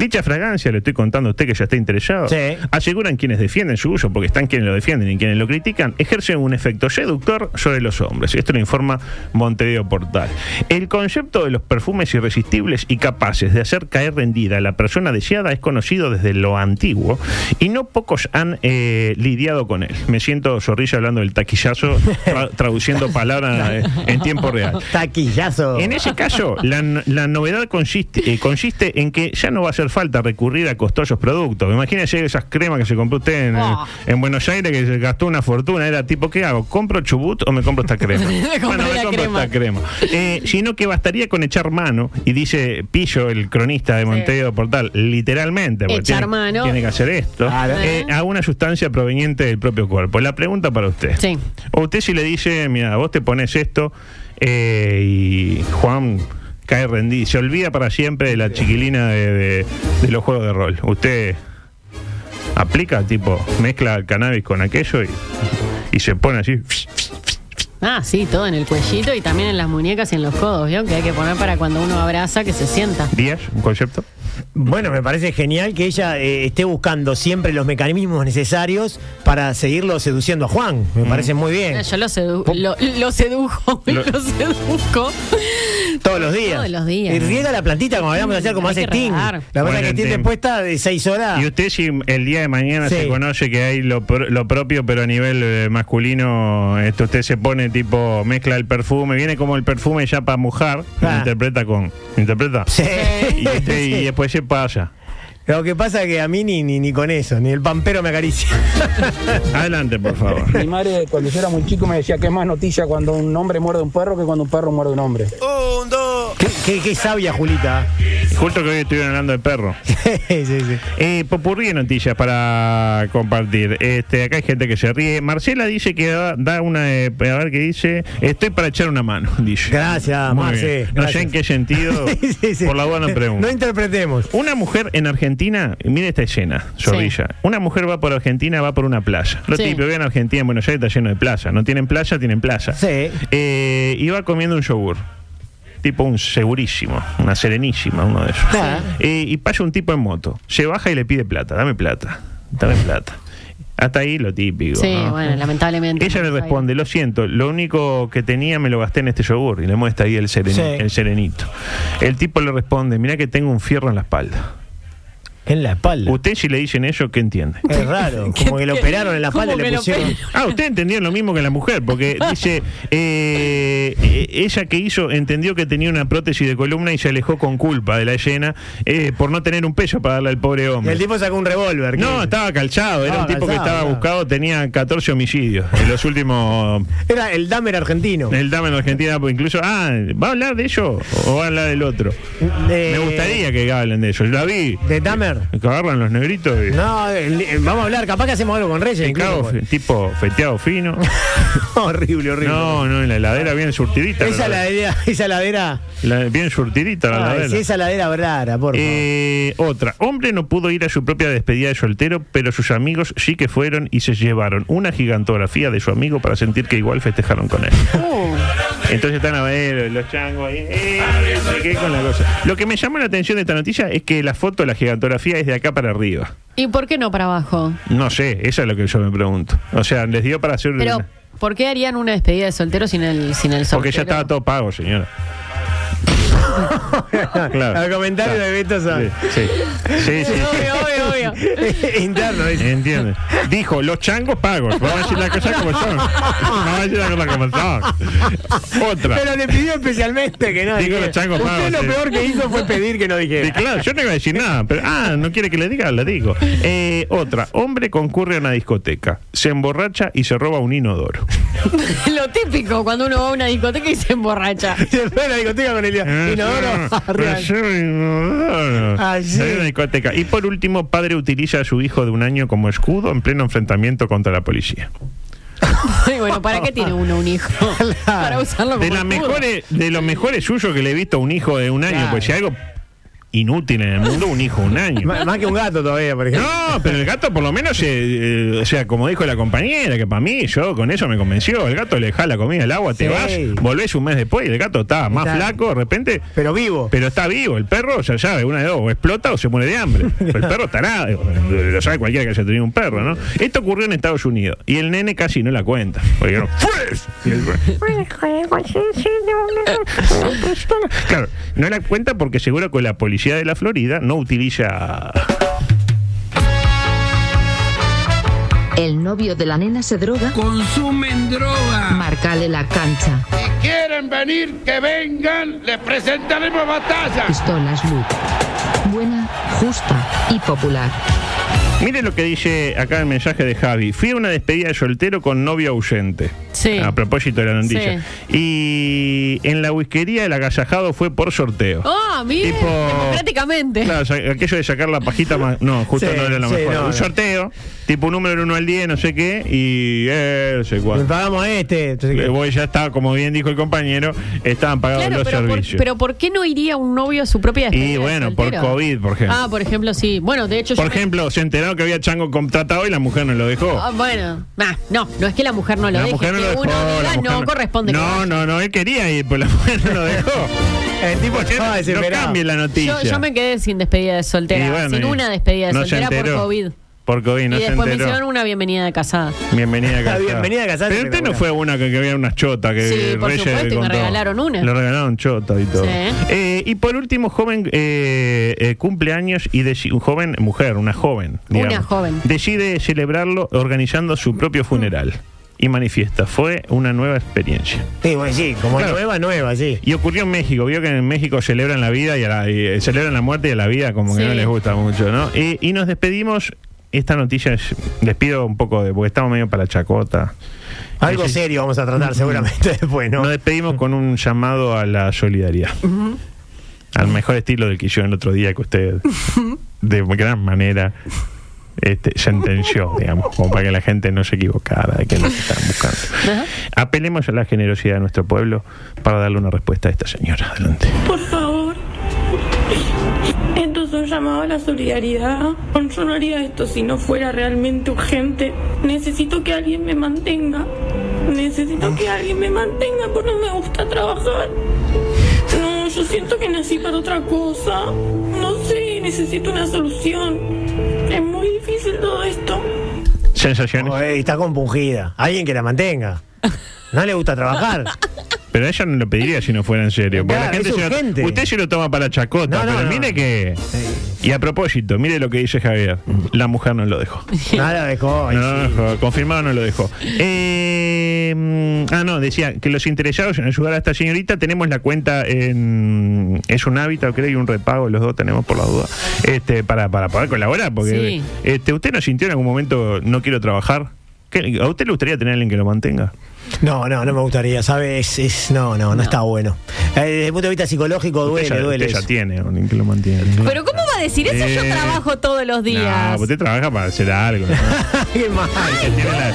Speaker 10: Dicha fragancia, le estoy contando a usted que ya está interesado, aseguran quienes defienden su uso, porque están quienes lo defienden y quienes lo critican, ejercen un efecto seductor sobre los hombres. Esto lo informa Montevideo Portal. El concepto de los perfumes irresistibles y capaces de hacer caer rendida a la persona deseada es conocido desde lo antiguo y no pocos han eh, lidiado con él. Me siento zorrilla hablando del taquillazo, tra- traduciendo palabras eh, en tiempo real.
Speaker 12: Taquillazo.
Speaker 10: En ese caso, la, n- la novedad consiste, eh, consiste en que ya no va a hacer falta recurrir a costosos productos. Imagínese esas cremas que se compró usted en, eh, en Buenos Aires que se gastó una fortuna. Era tipo, ¿qué hago? ¿Compro chubut o me compro esta crema?
Speaker 9: Me compré
Speaker 10: bueno, me
Speaker 9: la
Speaker 10: compro
Speaker 9: crema.
Speaker 10: esta crema. Eh, sino que bastaría con echar mano, y dice Pillo, el cronista de Montevideo Portal, literalmente, porque
Speaker 11: Echar
Speaker 10: tiene,
Speaker 11: mano.
Speaker 10: tiene que hacer esto, eh, a una sustancia proveniente del propio cuerpo. La pregunta para usted.
Speaker 11: Sí.
Speaker 10: O usted si le dice, mira, vos te pones esto eh, y Juan cae rendido, se olvida para siempre de la chiquilina de, de- de los juegos de rol. Usted aplica, tipo, mezcla el cannabis con aquello y, y se pone así.
Speaker 11: Ah, sí, todo en el cuellito y también en las muñecas y en los codos, ¿vio? Que hay que poner para cuando uno abraza que se sienta.
Speaker 10: ¿Días? ¿Un concepto?
Speaker 12: Bueno, me parece genial que ella eh, esté buscando siempre los mecanismos necesarios para seguirlo seduciendo a Juan. Me parece muy bien.
Speaker 11: Yo lo, sedu- lo, lo sedujo, lo,
Speaker 12: Lo-
Speaker 11: seduzco.
Speaker 12: Todos los días.
Speaker 11: Todos los días. Mm,
Speaker 12: Y riega la plantita como hablamos ayer, como
Speaker 11: Hay
Speaker 12: hace
Speaker 11: que
Speaker 12: Sting. La
Speaker 11: regar.
Speaker 12: verdad
Speaker 10: Bueno,
Speaker 12: que tiene
Speaker 10: Tim.
Speaker 12: puesta de 6 horas.
Speaker 10: Y usted si el día de mañana
Speaker 12: Ah. Sí.
Speaker 10: se conoce que hay lo, pro- lo propio, pero a nivel eh, masculino, esto usted se pone tipo, mezcla el perfume, viene como el perfume ya para mojar,
Speaker 12: Ah.
Speaker 10: interpreta con... ¿Interpreta? Y, usted- y
Speaker 12: Sí.
Speaker 10: después se pasa.
Speaker 12: Lo que pasa es que a mí ni, ni, ni con eso, ni el pampero me acaricia.
Speaker 10: Adelante, por favor.
Speaker 14: Mi madre, cuando yo era muy chico, me decía que es más noticia cuando un hombre muerde a un perro que cuando un perro muerde a un hombre.
Speaker 12: Qué, qué- qué sabia, Julita.
Speaker 10: Justo que hoy estuvieron hablando de perro.
Speaker 12: sí, sí.
Speaker 10: Eh, popurrí de noticias para compartir. Este, acá hay gente que se ríe. Marcela dice que da, da una. eh, a ver qué dice. Estoy para echar una mano, dice.
Speaker 12: Gracias,
Speaker 10: Muy
Speaker 12: Marce,
Speaker 10: bien. No sé
Speaker 12: gracias.
Speaker 10: en qué sentido.
Speaker 12: Sí, sí.
Speaker 10: Por la buena pregunta.
Speaker 12: No interpretemos.
Speaker 10: Una mujer en Argentina, mire esta escena, zorrilla. Una mujer va por Argentina, va por una playa. Lo
Speaker 12: Sí.
Speaker 10: típico, vean Argentina, en Buenos Aires está lleno de playa. No tienen playa, tienen playa. Eh, y va comiendo un yogur. Tipo un segurísimo, una serenísima, uno de esos. Eh, y pasa un tipo en moto. Se baja y le pide plata. Dame plata. Dame plata. Hasta ahí lo típico.
Speaker 11: Sí,
Speaker 10: ¿no?
Speaker 11: bueno, lamentablemente.
Speaker 10: Ella le responde, lo siento, lo único que tenía me lo gasté en este yogur. Y le muestra ahí el, sereni-
Speaker 12: Sí.
Speaker 10: el serenito. El tipo le responde, mirá que tengo un fierro en la espalda.
Speaker 12: En la espalda.
Speaker 10: Usted si le dicen eso, ¿qué entiende?
Speaker 12: Es raro, como que lo operaron en la espalda y le pusieron.
Speaker 10: Ah, usted entendió lo mismo que la mujer, porque dice, eh, eh, ella que hizo, entendió que tenía una prótesis de columna y se alejó con culpa de la escena eh, por no tener un peso para darle al pobre
Speaker 12: Y
Speaker 10: hombre.
Speaker 12: el tipo sacó un revólver. ¿qué
Speaker 10: No,
Speaker 12: es?
Speaker 10: estaba calzado, era
Speaker 12: Ah,
Speaker 10: un tipo que
Speaker 12: Eh. calzado,
Speaker 10: estaba
Speaker 12: claro.
Speaker 10: buscado, tenía 14 homicidios en los últimos...
Speaker 12: Era el Dahmer argentino.
Speaker 10: El Dame en Argentina, pues, incluso, ah, ¿va a hablar de ello o va a hablar del otro?
Speaker 12: Eh,
Speaker 10: Me gustaría que hablen de ello, yo la vi. Eh,
Speaker 12: ¿De Dahmer?
Speaker 10: Que agarran los negritos y...
Speaker 12: No, el- el- vamos a hablar, capaz que hacemos algo con Reyes.
Speaker 10: Te
Speaker 12: incluso,
Speaker 10: cago,
Speaker 12: porque-
Speaker 10: fe- tipo feteado fino.
Speaker 12: horrible, horrible.
Speaker 10: No, no, en la heladera bien surtidita.
Speaker 12: esa
Speaker 10: la
Speaker 12: ladera, esa ladera.
Speaker 10: La- bien surtidita la
Speaker 12: Ay,
Speaker 10: heladera.
Speaker 12: si esa ladera verdad, por favor.
Speaker 10: Eh, otra. Hombre no pudo ir a su propia despedida de soltero, pero sus amigos sí que fueron y se llevaron una gigantografía de su amigo para sentir que igual festejaron con él.
Speaker 12: Oh.
Speaker 10: Entonces están a ver los changos ahí. eh, me quedé con la cosa. Lo que me llama la atención de esta noticia es que la foto, la gigantografía es de acá para arriba.
Speaker 11: ¿Y por qué no para abajo?
Speaker 10: No sé, eso es lo que yo me pregunto. O sea, les dio para hacer...
Speaker 11: Pero,
Speaker 10: una-
Speaker 11: ¿por qué harían una despedida de soltero sin el, sin el soltero?
Speaker 10: Porque ya estaba todo pago, señora. claro.
Speaker 12: Al comentario de Beto Sa-
Speaker 10: Sí, sí. sí, sí.
Speaker 11: Obvio, obvio, obvio.
Speaker 12: Interno,
Speaker 10: Entiende. Dijo, los changos pagos. Vamos a decir las cosas como son. Vamos a decir las cosas como son. Otra.
Speaker 12: Pero le pidió especialmente que no.
Speaker 10: Digo
Speaker 12: dijera.
Speaker 10: los changos
Speaker 12: Usted
Speaker 10: pagos,
Speaker 12: lo
Speaker 10: sí.
Speaker 12: peor que hizo fue pedir que no dijera.
Speaker 10: Y claro, yo no iba a decir nada, pero ah, no quiere que le diga, le digo. Eh, otra, hombre concurre a una discoteca, se emborracha y se roba un inodoro.
Speaker 11: Lo típico cuando uno va a una discoteca y se emborracha.
Speaker 12: Se fue a la discoteca con el inodoro
Speaker 10: Ah,
Speaker 12: arriba.
Speaker 10: Ayer Pues, inodoro.
Speaker 12: Ah, sí.
Speaker 10: Hay una discoteca. Y por último, padre utiliza a su hijo de un año como escudo en pleno enfrentamiento contra la policía.
Speaker 11: Y bueno, ¿para qué tiene uno un hijo? Para usarlo como
Speaker 10: De, las
Speaker 11: escudo.
Speaker 10: mejores, de los mejores suyos que le he visto a un hijo de un año,
Speaker 11: Claro.
Speaker 10: pues si algo inútil en el mundo un hijo un año.
Speaker 12: Má- más que un gato todavía, por ejemplo.
Speaker 10: No, pero el gato por lo menos, eh, eh, o sea, como dijo la compañera, que para mí, yo con eso me convenció. El gato le deja la comida, el agua, te
Speaker 12: Sí.
Speaker 10: vas, volvés un mes después y el gato está más
Speaker 12: Está-
Speaker 10: flaco de repente.
Speaker 12: Pero vivo.
Speaker 10: Pero está vivo. El perro, o sea, sabe, una de dos, o explota o se muere de hambre. Pero el perro estará, eh, lo sabe cualquiera que haya tenido un perro, ¿no? Esto ocurrió en Estados Unidos y el nene casi no la cuenta. Porque dijeron, "Pues". Y el- Claro, no la cuenta porque seguro que la policía de la Florida no utiliza
Speaker 15: El novio de la nena se droga. Consumen droga. Marcale la cancha.
Speaker 9: Quieren venir, que vengan, les presentaremos batalla.
Speaker 15: Pistolas Luke. Buena, justa y popular.
Speaker 10: Miren lo que dice acá el mensaje de Javi. Fui a una despedida de soltero con novio ausente.
Speaker 11: Sí.
Speaker 10: A propósito de la noticia. Y en la whiskería el agasajado fue por sorteo.
Speaker 11: ¡Ah, mire!
Speaker 10: Tipo-
Speaker 11: Democráticamente.
Speaker 10: Claro, sa- aquello de sacar la pajita más. No, justo
Speaker 12: Sí,
Speaker 10: no era lo
Speaker 12: sí,
Speaker 10: mejor.
Speaker 12: no,
Speaker 10: Un
Speaker 12: no.
Speaker 10: sorteo, tipo un número del 1 al 10, no sé qué, y. eh, no sé
Speaker 12: Le
Speaker 10: cuál.
Speaker 12: pagamos a este. entonces,
Speaker 10: Eh, Voy, ya está, como bien dijo el compañero, estaban pagados
Speaker 11: Claro,
Speaker 10: los
Speaker 11: pero por,
Speaker 10: servicios.
Speaker 11: pero ¿por qué no iría un novio a su propia despedida
Speaker 10: y
Speaker 11: de
Speaker 10: bueno, por
Speaker 11: soltero?
Speaker 10: COVID, por ejemplo.
Speaker 11: Ah, por ejemplo, sí. Bueno, de hecho,
Speaker 10: por
Speaker 11: yo me-
Speaker 10: ejemplo, se enteraron que había chango contratado y la mujer no lo dejó.
Speaker 11: Ah, bueno, Nah, no, no es que la mujer no lo
Speaker 10: la
Speaker 11: deje,
Speaker 10: mujer no
Speaker 11: que
Speaker 10: lo dejó.
Speaker 11: uno
Speaker 10: la
Speaker 11: diga,
Speaker 10: mujer
Speaker 11: no corresponde. que
Speaker 10: No,
Speaker 11: vaya".
Speaker 10: no, no, él quería ir, pero la mujer no lo dejó.
Speaker 12: El tipo
Speaker 10: Porque
Speaker 12: estaba
Speaker 10: no
Speaker 12: desesperado.
Speaker 10: cambie la noticia.
Speaker 11: Yo, yo me quedé sin despedida de soltera,
Speaker 10: Y bueno,
Speaker 11: sin
Speaker 10: y
Speaker 11: una despedida de
Speaker 10: no se
Speaker 11: soltera por
Speaker 10: enteró.
Speaker 11: COVID.
Speaker 10: Por COVID no
Speaker 11: y
Speaker 10: se
Speaker 11: después me
Speaker 10: enteró.
Speaker 11: hicieron una bienvenida de casada.
Speaker 10: Bienvenida a
Speaker 12: La
Speaker 10: casa.
Speaker 12: bienvenida a casa es
Speaker 10: Pero usted no
Speaker 12: espectacular.
Speaker 10: fue una que, que había unas chotas que
Speaker 11: Sí, por
Speaker 10: Reyes
Speaker 11: supuesto, y me
Speaker 10: contó.
Speaker 11: regalaron una.
Speaker 10: Le regalaron chotas y todo.
Speaker 11: Sí.
Speaker 10: Eh, y por último, joven eh, eh, cumpleaños y deci- un joven, mujer, una joven.
Speaker 11: Una joven.
Speaker 10: Decide celebrarlo organizando su propio funeral. Y manifiesta, fue una nueva experiencia.
Speaker 12: Sí, bueno, sí, como
Speaker 10: Claro.
Speaker 12: nueva, nueva, sí.
Speaker 10: Y ocurrió en México, vio que en México celebran la vida y, a la, y, eh, celebran la muerte y a la vida como que
Speaker 11: Sí.
Speaker 10: no les gusta mucho, ¿no? Y, y nos despedimos. Esta noticia es- les pido un poco de, porque estamos medio para la chacota.
Speaker 12: Algo
Speaker 10: Neces-
Speaker 12: serio vamos a
Speaker 10: Mm.
Speaker 12: tratar seguramente después, ¿no?
Speaker 10: Nos despedimos con un llamado a la solidaridad. Al mejor estilo del que yo el otro día que usted de gran manera este, sentenció, digamos, como para que la gente no se equivocara de que nos estaban buscando. Apelemos a la generosidad de nuestro pueblo para darle una respuesta a esta señora. Adelante.
Speaker 17: Por favor. Esto es un llamado a la solidaridad. Yo no haría esto si no fuera realmente urgente. Necesito que alguien me mantenga. Necesito que alguien me mantenga porque no me gusta trabajar. No, yo siento que nací para otra cosa. No sé, necesito una solución. Es muy difícil todo esto.
Speaker 10: Sensaciones.
Speaker 12: Oh, eh, está compungida. Alguien que la mantenga. No le gusta trabajar.
Speaker 10: Pero ella no lo pediría si no fuera en serio. porque
Speaker 12: Claro,
Speaker 10: la gente
Speaker 12: es
Speaker 10: se lo-
Speaker 12: urgente.
Speaker 10: usted se lo toma para chacota,
Speaker 12: No, no,
Speaker 10: pero
Speaker 12: no.
Speaker 10: mire que. Y a propósito, mire lo que dice Javier. La mujer no lo dejó.
Speaker 12: No la dejó. Mm. ay,
Speaker 10: No, no,
Speaker 12: sí.
Speaker 10: dejó, confirmado no lo dejó. Eh, mm, ah, no, decía que los interesados en ayudar a esta señorita tenemos la cuenta en. Es un hábitat, creo, y un repago, los dos tenemos por la duda. Este, para, para poder colaborar, porque.
Speaker 11: Sí.
Speaker 10: Este, ¿Usted no sintió en algún momento no quiero trabajar? ¿Qué- ¿A usted le gustaría tener a alguien que lo mantenga?
Speaker 12: No, no, no me gustaría, ¿sabes? Es, es- no, no, no, está bueno. Eh, desde el punto de vista psicológico duele,
Speaker 10: usted ya,
Speaker 12: duele.
Speaker 10: usted ya
Speaker 12: eso.
Speaker 10: tiene a alguien que lo mantiene.
Speaker 11: Pero ¿cómo va a decir eso? Yo
Speaker 10: Eh,
Speaker 11: trabajo todos los
Speaker 10: No,
Speaker 11: días.
Speaker 10: usted trabaja para hacer algo. ¿no?
Speaker 12: Qué mal.
Speaker 10: el, que tiene la,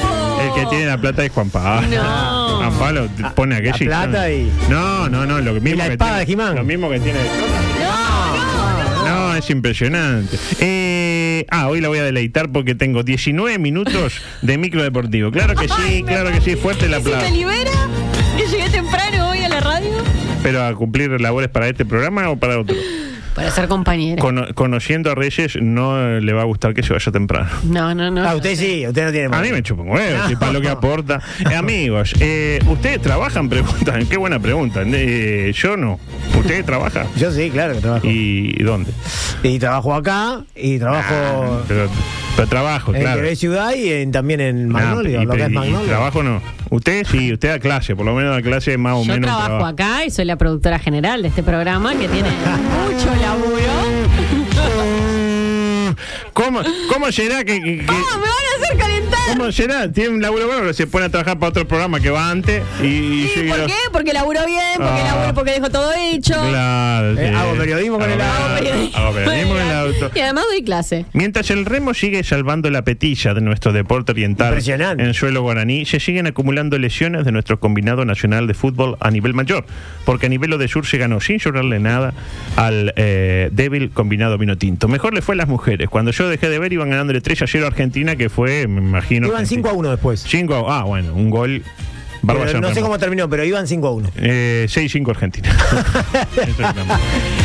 Speaker 10: el que tiene la plata es Juan Pablo.
Speaker 11: No.
Speaker 10: Juan Pablo te pone aquello. y-
Speaker 12: plata y-
Speaker 10: No, no, no. Lo mismo
Speaker 12: la
Speaker 10: que
Speaker 12: espada
Speaker 10: tiene, Lo mismo que tiene. No, es impresionante. Eh, ah, hoy la voy a deleitar porque tengo 19 minutos de micro deportivo. Claro que sí, claro que sí. Fuerte la
Speaker 11: ¿Y si me
Speaker 10: plata.
Speaker 11: libera? ¿Que llegué temprano hoy a la radio?
Speaker 10: Pero a cumplir labores para este programa o para otro.
Speaker 11: Para ser compañera.
Speaker 10: Cono- conociendo a Reyes, no eh, le va a gustar que se vaya temprano.
Speaker 11: No, no, no.
Speaker 12: Ah, usted sí, usted no tiene
Speaker 10: A mí me chupa un huevo, si para lo que aporta. Eh, amigos, eh, ¿ustedes trabajan? Preguntan, qué buena pregunta. Eh, yo no. ¿Ustedes trabajan?
Speaker 12: Yo sí, claro que trabajo.
Speaker 10: ¿Y dónde?
Speaker 12: Y trabajo acá, y trabajo
Speaker 10: Pero, pero trabajo,
Speaker 12: en
Speaker 10: Ah, claro.
Speaker 12: Quebec Ciudad y en- también en
Speaker 10: Nah,
Speaker 12: Magnolia,
Speaker 10: y-
Speaker 12: lo que es
Speaker 10: y
Speaker 12: Magnolia.
Speaker 10: trabajo no. Usted sí, usted da clase, por lo menos da clase más o
Speaker 11: Yo
Speaker 10: menos.
Speaker 11: trabajo
Speaker 10: trabaja.
Speaker 11: acá y soy la productora general de este programa que tiene mucho laburo.
Speaker 10: ¿Cómo, ¿Cómo será que, que- que-
Speaker 11: ¡Ah, me van a hacer calentar!
Speaker 10: ¿Cómo será? Tiene un laburo bueno, pero se pone a trabajar para otro programa que va antes y,
Speaker 18: ¿Y
Speaker 10: y llega-
Speaker 18: por qué? Porque laburó bien, porque
Speaker 10: Ah.
Speaker 18: laburó, porque dejó todo hecho.
Speaker 10: Claro, Ah,
Speaker 12: Eh,
Speaker 10: sí.
Speaker 12: hago periodismo con el
Speaker 10: Hago
Speaker 12: auto.
Speaker 10: Hago periodismo en el auto.
Speaker 11: Y además doy clase.
Speaker 10: Mientras el remo sigue salvando la petilla de nuestro deporte oriental en suelo guaraní, se siguen acumulando lesiones de nuestro combinado nacional de fútbol a nivel mayor, porque a nivel lo de sur se ganó sin llorarle nada al eh, débil combinado vino tinto. Mejor le fue a las mujeres. Cuando yo dejé de ver iban ganándole 3 a 0 a Argentina, que fue, me imagino...
Speaker 12: Iban 5 a 1 después.
Speaker 10: 5 a Ah, bueno, un gol... bárbaro
Speaker 12: Pero no sé
Speaker 10: Sanremo.
Speaker 12: cómo terminó, pero iban 5 a 1.
Speaker 10: Eh, 6-5 Argentina.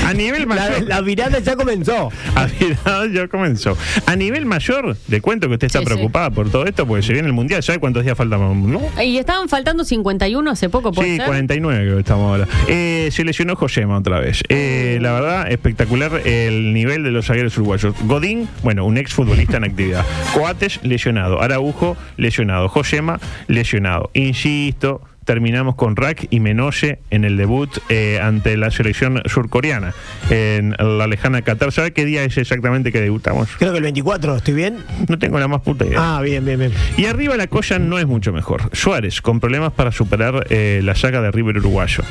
Speaker 10: a nivel mayor.
Speaker 12: La, virada ya comenzó.
Speaker 10: A virada ya comenzó. A nivel mayor, le cuento que usted está
Speaker 11: Sí, sí.
Speaker 10: preocupada por todo esto porque se viene el mundial. ¿Sabe cuántos días faltan? ¿No?
Speaker 11: Y estaban faltando 51 hace poco, ¿puede
Speaker 10: Sí,
Speaker 11: ser?
Speaker 10: 49 creo que estamos ahora. Eh, se lesionó Josema otra vez. Eh,
Speaker 11: Oh.
Speaker 10: la verdad, espectacular el nivel de los zagueros uruguayos. Godín, bueno, un ex futbolista en actividad. Coates, lesionado. Araujo, lesionado. Josema, lesionado. Insisto. Terminamos con Rack y Menose en el debut eh, ante la selección surcoreana en la lejana Qatar. ¿Sabe qué día es exactamente que debutamos?
Speaker 12: Creo que el 24, ¿estoy bien?
Speaker 10: No tengo la más puta idea.
Speaker 12: Ah, bien, bien, bien.
Speaker 10: Y arriba la cosa no es mucho mejor. Suárez, con problemas para superar eh, la saga de River Uruguayo.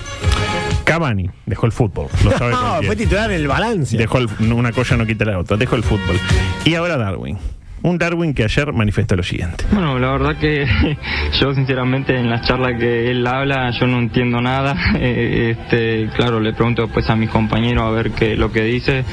Speaker 10: Cavani, dejó el fútbol. Lo sabe
Speaker 12: No,
Speaker 10: cualquiera.
Speaker 12: Ah, fue titular en el balance.
Speaker 10: Dejó el- no, una cosa no quita la otra, dejó el fútbol. Y ahora Darwin. Un Darwin que ayer manifestó lo siguiente.
Speaker 19: Bueno, la verdad que yo sinceramente en las charlas que él habla yo no entiendo nada. Eh, este, claro, le pregunto después a mis compañeros a ver qué lo que dice.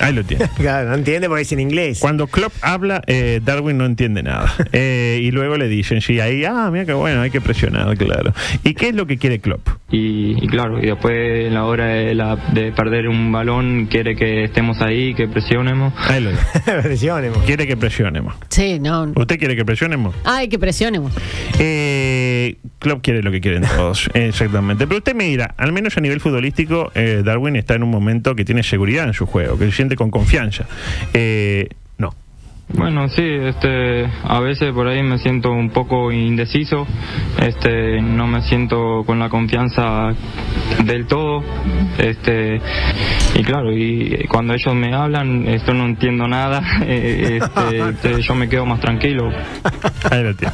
Speaker 10: Ahí lo tiene.
Speaker 12: Claro, no entiende porque es en inglés.
Speaker 10: Cuando Klopp habla, eh, Darwin no entiende nada. Eh, y luego le dicen, sí, ahí, ah, mira que bueno, hay que presionar, claro. ¿Y qué es lo que quiere Klopp?
Speaker 19: Y, y claro, y después en la hora de, la- de perder un balón quiere que estemos ahí, que presionemos.
Speaker 10: Ahí lo tiene.
Speaker 12: presionemos.
Speaker 10: Quiere que presionemos.
Speaker 11: Sí, no.
Speaker 10: ¿Usted quiere que presionemos?
Speaker 11: Ay, que presionemos.
Speaker 10: Eh, Klopp quiere lo que quieren todos, exactamente. Pero usted me dirá, al menos a nivel futbolístico, eh, Darwin está en un momento que tiene seguridad en su juego, que se siente con confianza. Eh, no.
Speaker 19: Bueno, sí, este, a veces por ahí me siento un poco indeciso, este, no me siento con la confianza del todo, este, y claro, y cuando ellos me hablan, esto no entiendo nada, eh, este, este, yo me quedo más tranquilo.
Speaker 10: Ahí lo tiene.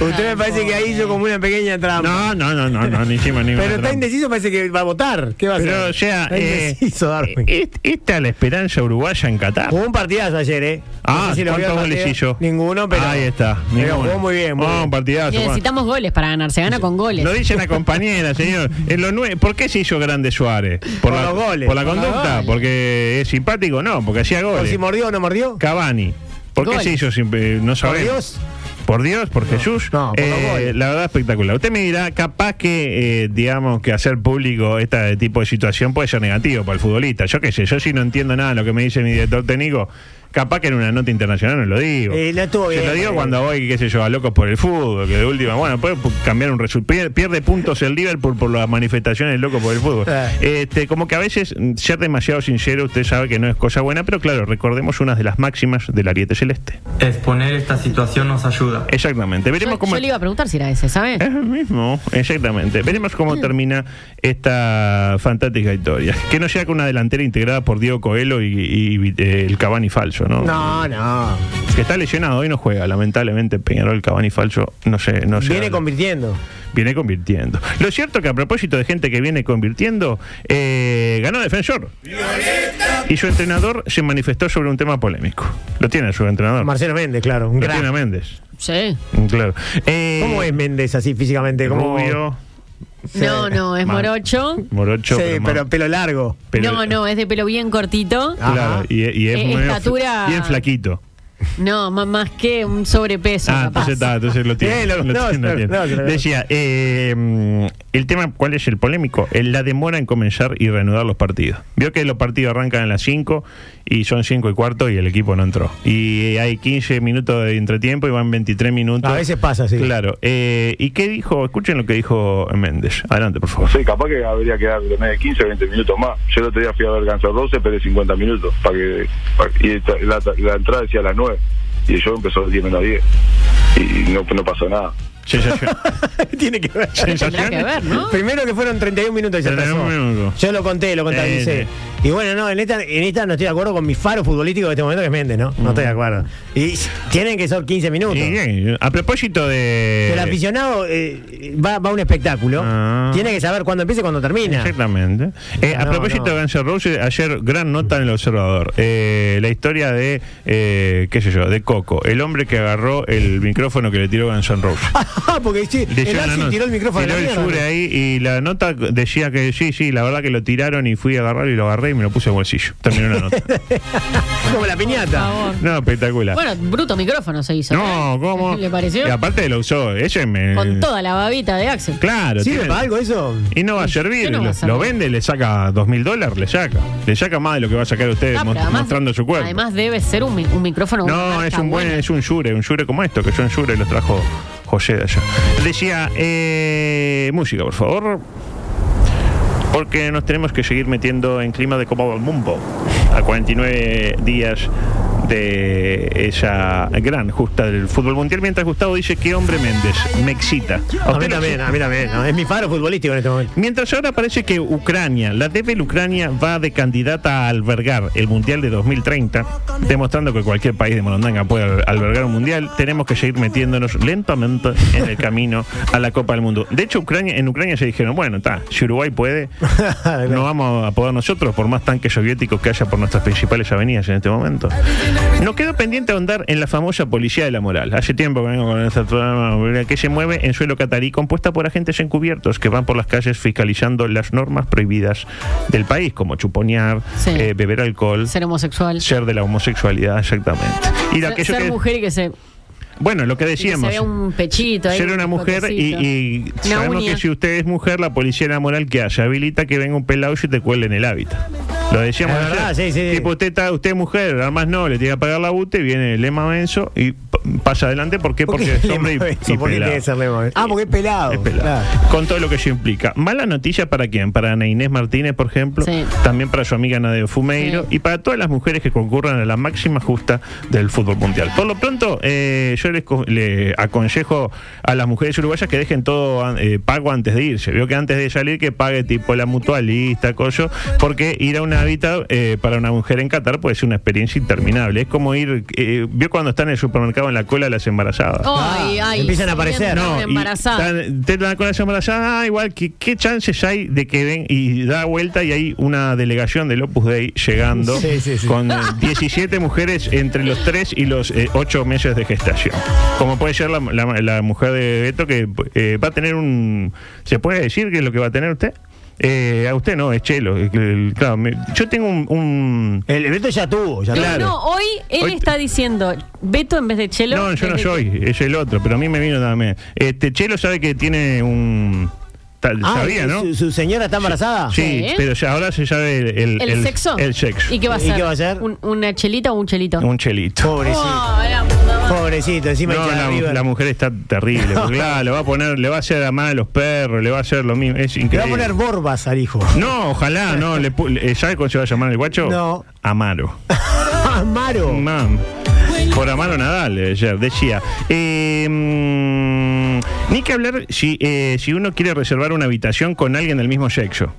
Speaker 12: Usted me parece que ahí hizo como una pequeña trampa.
Speaker 10: No, no, no, no, no, ni hicimos ninguna
Speaker 12: Pero está
Speaker 10: trampa.
Speaker 12: indeciso, parece que va a votar. ¿Qué va a hacer?
Speaker 10: Pero, o sea,
Speaker 12: Está
Speaker 10: eh,
Speaker 12: indeciso, Darwin.
Speaker 10: est- esta es la esperanza uruguaya en Qatar.
Speaker 12: Jugó un partidazo ayer, ¿eh?
Speaker 10: Ah,
Speaker 12: No sé si lo vio
Speaker 10: ¿cuántos
Speaker 12: el
Speaker 10: goles
Speaker 12: partido.
Speaker 10: hizo?
Speaker 12: Ninguno, pero.
Speaker 10: Ahí está.
Speaker 12: Pero
Speaker 10: ninguno.
Speaker 12: jugó muy bien. Muy
Speaker 10: Ah,
Speaker 12: bien.
Speaker 10: un partidazo. bueno.
Speaker 11: Necesitamos goles para ganar. Se gana con goles.
Speaker 10: Lo dice la compañera, señor. En lo nue- ¿Por qué se hizo grande Suárez?
Speaker 12: Por
Speaker 10: la,
Speaker 12: los goles.
Speaker 10: ¿Por la
Speaker 12: Por los
Speaker 10: conducta?
Speaker 12: goles.
Speaker 10: ¿Porque es simpático? No, porque hacía
Speaker 12: Por
Speaker 10: goles.
Speaker 12: si mordió o no mordió.
Speaker 10: Cavani. ¿Por qué
Speaker 12: Goles.
Speaker 10: se hizo simple? No sabemos.
Speaker 12: Dios?
Speaker 10: Por Dios, por Jesús.
Speaker 12: por los
Speaker 10: Eh,
Speaker 12: goles.
Speaker 10: la verdad espectacular. Usted me dirá, capaz que, eh, digamos, que hacer público este tipo de situación puede ser negativo para el futbolista. Yo qué sé, yo si no entiendo nada de lo que me dice mi director técnico, capaz que en una nota internacional no lo digo.
Speaker 12: Eh, no estuvo
Speaker 10: Se
Speaker 12: bien.
Speaker 10: lo digo
Speaker 12: Eh,
Speaker 10: cuando voy, qué sé yo, a locos por el fútbol, que de última, bueno, puede pu- cambiar un resultado. Pierde puntos el Liverpool por las manifestaciones del loco por el fútbol. Este, como que a veces mm, ser demasiado sincero, usted sabe que no es cosa buena, pero claro, recordemos unas de las máximas del Ariete Celeste.
Speaker 19: Exponer esta situación nos ayuda.
Speaker 10: Exactamente. Veremos
Speaker 11: Yo,
Speaker 10: cómo.
Speaker 11: yo le iba a preguntar si era ese, ¿sabes?
Speaker 10: Es el mismo, exactamente. Veremos cómo
Speaker 11: Mm.
Speaker 10: termina esta fantástica historia. Que no sea con una delantera integrada por Diego Coelho y, y- y el Cavani falso, ¿no?
Speaker 12: No, no.
Speaker 10: Que está lesionado, hoy no juega, lamentablemente Peñarol Cavani falso, no sé, no sé.
Speaker 12: Viene convirtiendo.
Speaker 10: Viene convirtiendo. Lo cierto que a propósito de gente que viene convirtiendo, eh, ganó defensor. Y su entrenador se manifestó sobre un tema polémico. Lo tiene su entrenador.
Speaker 12: Marcelo Méndez, claro. Un
Speaker 10: Lo
Speaker 12: gran.
Speaker 10: tiene Méndez.
Speaker 11: Sí.
Speaker 10: Claro. Eh,
Speaker 12: ¿Cómo es Méndez así físicamente? ¿Cómo-
Speaker 10: Rubio,
Speaker 12: Sí.
Speaker 11: No, no, es
Speaker 10: Mal.
Speaker 11: morocho.
Speaker 10: morocho.
Speaker 12: Sí,
Speaker 10: más-
Speaker 12: pero pelo largo.
Speaker 10: pero-
Speaker 11: No, no, es de pelo bien cortito.
Speaker 10: Claro, y, y es
Speaker 11: Eh,
Speaker 10: medio fla-
Speaker 11: estatura-
Speaker 10: bien flaquito.
Speaker 11: No, más, más que un sobrepeso.
Speaker 10: Ah,
Speaker 11: capaz.
Speaker 10: entonces, está, entonces lo tiene.
Speaker 12: Eh, lo-
Speaker 10: lo
Speaker 12: no,
Speaker 10: tiene, lo
Speaker 12: no,
Speaker 10: tiene.
Speaker 12: no, no, no.
Speaker 10: Decía, eh, mm, el tema, ¿cuál es el polémico? Eh, La demora en comenzar y reanudar los partidos. Vio que los partidos arrancan a las 5 y son 5 y cuarto y el equipo no entró. Y eh, hay 15 minutos de entretiempo y van 23 minutos.
Speaker 12: A veces pasa, sí.
Speaker 10: Claro. eh, ¿Y qué dijo? Escuchen lo que dijo Méndez. Adelante, por favor.
Speaker 20: Sí, capaz que habría que darle media 15 o 20 minutos más. Yo el otro día fui a ver Guns N' Roses, esperé 50 minutos. Para que, pa' que- y la, la entrada decía a las 9. Y yo empezó a 10 menos 10. Y no, no pasó nada.
Speaker 10: Sensación.
Speaker 12: Tiene que ver.
Speaker 10: Sensaciones.
Speaker 11: que ver, ¿no?
Speaker 12: Primero que fueron 31 minutos y se
Speaker 10: 31
Speaker 12: atrasó.
Speaker 10: minutos.
Speaker 12: Yo lo conté, lo
Speaker 10: Eh,
Speaker 12: contabilicé.
Speaker 10: eh,
Speaker 12: Y bueno, no, en esta, en esta no estoy de acuerdo con mi faro futbolístico de este momento que es Méndez,
Speaker 10: Mm.
Speaker 12: ¿no? No estoy de acuerdo. Y tienen que ser 15 minutos.
Speaker 10: A propósito de.
Speaker 12: El aficionado eh, va, va a un espectáculo.
Speaker 10: Ah.
Speaker 12: Tiene que saber cuándo empieza y cuándo termina.
Speaker 10: Exactamente. Eh, a
Speaker 12: No,
Speaker 10: propósito
Speaker 12: no.
Speaker 10: de Guns N' Roses, ayer gran nota en el Observador. Eh, la historia de, eh, qué sé yo, de Coco, el hombre que agarró el micrófono que le tiró Guns N' Roses.
Speaker 12: Ah, Porque sí,
Speaker 10: Leyó
Speaker 12: el
Speaker 10: la
Speaker 12: Arsi
Speaker 10: nota.
Speaker 12: tiró el micrófono
Speaker 10: Tiró
Speaker 12: a la
Speaker 10: el
Speaker 12: mierda.
Speaker 10: sobre ahí y la nota decía que sí, sí, la verdad que lo tiraron y fui a agarrarlo y lo agarré y me lo puse en el bolsillo. Terminó la nota.
Speaker 12: Como la piñata.
Speaker 10: no, espectacular.
Speaker 11: Bueno, bruto micrófono se hizo.
Speaker 10: no, ¿cómo?
Speaker 11: ¿Le pareció?
Speaker 10: Y aparte lo usó. Ella me...
Speaker 11: Con toda la babita de Axel. Ah,
Speaker 10: Claro.
Speaker 11: ¿Sirve
Speaker 10: tiene-
Speaker 11: para algo
Speaker 12: eso?
Speaker 10: Y no va a servir.
Speaker 11: no va a
Speaker 10: lo,
Speaker 11: servir.
Speaker 10: lo vende, le saca dos mil dólares, le saca. Le saca más de lo que va a sacar usted
Speaker 11: Ah,
Speaker 10: mo-
Speaker 11: pero además-
Speaker 10: mostrando su cuerpo.
Speaker 11: Además debe ser un, mi- un micrófono. una
Speaker 10: no,
Speaker 11: marca
Speaker 10: es un buen,
Speaker 11: buena.
Speaker 10: es un Shure, un Shure como esto, que son Shure los trajo José de allá. Decía, eh, música, por favor. Porque nos tenemos que seguir metiendo en clima de Copa del Mundo. A 49 días de esa gran justa del fútbol mundial. Mientras Gustavo dice, qué hombre Méndez, me excita.
Speaker 12: A mí también, a mí también. ¿no? Es mi faro futbolístico en este momento.
Speaker 10: Mientras ahora parece que Ucrania, la débil Ucrania, va de candidata a albergar el Mundial de 2030, demostrando que cualquier país de Morondanga puede al- albergar un Mundial, tenemos que seguir metiéndonos lentamente en el camino a la Copa del Mundo. De hecho, Ucrania, en Ucrania se dijeron, bueno, está, si Uruguay puede, no vamos a poder nosotros, por más tanques soviéticos que haya por nuestras principales avenidas en este momento. Nos quedó pendiente ahondar en la famosa policía de la moral. Hace tiempo que vengo con esta trama que se mueve en suelo catarí, compuesta por agentes encubiertos que van por las calles fiscalizando las normas prohibidas del país, como chuponear,
Speaker 11: Sí.
Speaker 10: eh, beber alcohol,
Speaker 11: Ser homosexual.
Speaker 10: ser de la homosexualidad, exactamente. Y de
Speaker 11: Ser,
Speaker 10: aquello
Speaker 11: ser
Speaker 10: que-
Speaker 11: mujer y que se,
Speaker 10: bueno, lo que
Speaker 11: y que se
Speaker 10: decíamos.
Speaker 11: vea un pechito. ahí,
Speaker 10: Ser una
Speaker 11: un
Speaker 10: mujer y,
Speaker 11: cuerpecito.
Speaker 10: y
Speaker 11: Una
Speaker 10: sabemos
Speaker 11: uña.
Speaker 10: que si usted es mujer, la policía de la moral que hace, habilita que venga un pelado y te cuele en el hábitat. Lo decíamos.
Speaker 12: Es verdad,
Speaker 10: ayer.
Speaker 12: sí, sí, sí.
Speaker 10: Tipo, usted, está, usted es mujer, además no, le tiene que pagar la bute, viene el lema menso y p- pasa adelante. ¿Por qué? Porque es hombre y, y
Speaker 12: ¿Por qué tiene que
Speaker 10: pelado.
Speaker 12: ser Lema? Ah, porque es pelado.
Speaker 10: Pelado. Con todo lo que eso implica. Mala noticia para quién? Para Ana Inés Martínez, por ejemplo. También para su amiga Nadia Fumeiro. Y para todas las mujeres que concurran a la máxima justa del fútbol mundial. Por lo pronto, eh, yo les, co- le aconsejo a las mujeres uruguayas que dejen todo eh, pago antes de irse. Veo que antes de salir que pague tipo la mutualista, coso. Porque ir a un hábitat eh, para una mujer en Qatar puede ser una experiencia interminable. Es como ir. eh, ¿Vio cuando están en el supermercado en la cola las embarazadas?
Speaker 11: Ay, ay,
Speaker 12: empiezan a
Speaker 11: sí,
Speaker 12: aparecer.
Speaker 11: una
Speaker 10: Ah, No, y
Speaker 11: embarazada.
Speaker 10: están- te dan con las embarazadas, ah, igual, ¿qué, ¿qué chances hay de que ven y da vuelta y hay una delegación del Opus Dei llegando
Speaker 12: Sí, sí, sí.
Speaker 10: con eh, 17 mujeres entre los 3 y los 8 meses de gestación? Como puede ser la, la- la mujer de Beto que eh, va a tener un... ¿Se puede decir que es lo que va a tener usted? Eh, a usted no, es chelo. eh, el- claro, me- yo tengo un...
Speaker 12: El evento ya tuvo, ya
Speaker 11: No,
Speaker 10: Claro.
Speaker 11: no, hoy él
Speaker 10: Hoy-
Speaker 11: está diciendo Beto en vez de Chelo.
Speaker 10: No, yo no
Speaker 11: desde que-
Speaker 10: soy, es el otro, pero a mí me vino también. Este Chelo sabe que tiene un tal-
Speaker 12: Ah,
Speaker 10: sabía,
Speaker 12: ¿y
Speaker 10: ¿no?
Speaker 12: Su, su señora está embarazada?
Speaker 10: Sí,
Speaker 11: Sí.
Speaker 10: pero ya ahora se sabe el,
Speaker 11: ¿El, sexo?
Speaker 10: El sexo.
Speaker 11: ¿Y qué va a
Speaker 12: ¿Y
Speaker 11: ser?
Speaker 12: qué va a ser?
Speaker 11: ¿Un- ¿Una chelita o un chelito?
Speaker 10: Un chelito.
Speaker 12: Pobrecito.
Speaker 11: Oh, la puta madre.
Speaker 12: Pobrecito, encima
Speaker 10: No,
Speaker 12: hincha de
Speaker 10: la,
Speaker 12: River.
Speaker 10: la mujer está terrible. porque, claro, le va a poner, le va a hacer a mal a los perros, le va a hacer lo mismo. Es
Speaker 12: Le va a
Speaker 10: increíble.
Speaker 12: poner borbas al hijo.
Speaker 10: No, ojalá, no. Le, pu- le- eh, ¿Sabe cómo se va a llamar el guacho?
Speaker 12: No. Oh.
Speaker 10: Amaro.
Speaker 12: Ah, Amaro.
Speaker 10: Mam. Por Amaro Nadal, eh, ayer decía. eh, mm, ni que hablar si, eh, si uno quiere reservar una habitación con alguien del mismo sexo.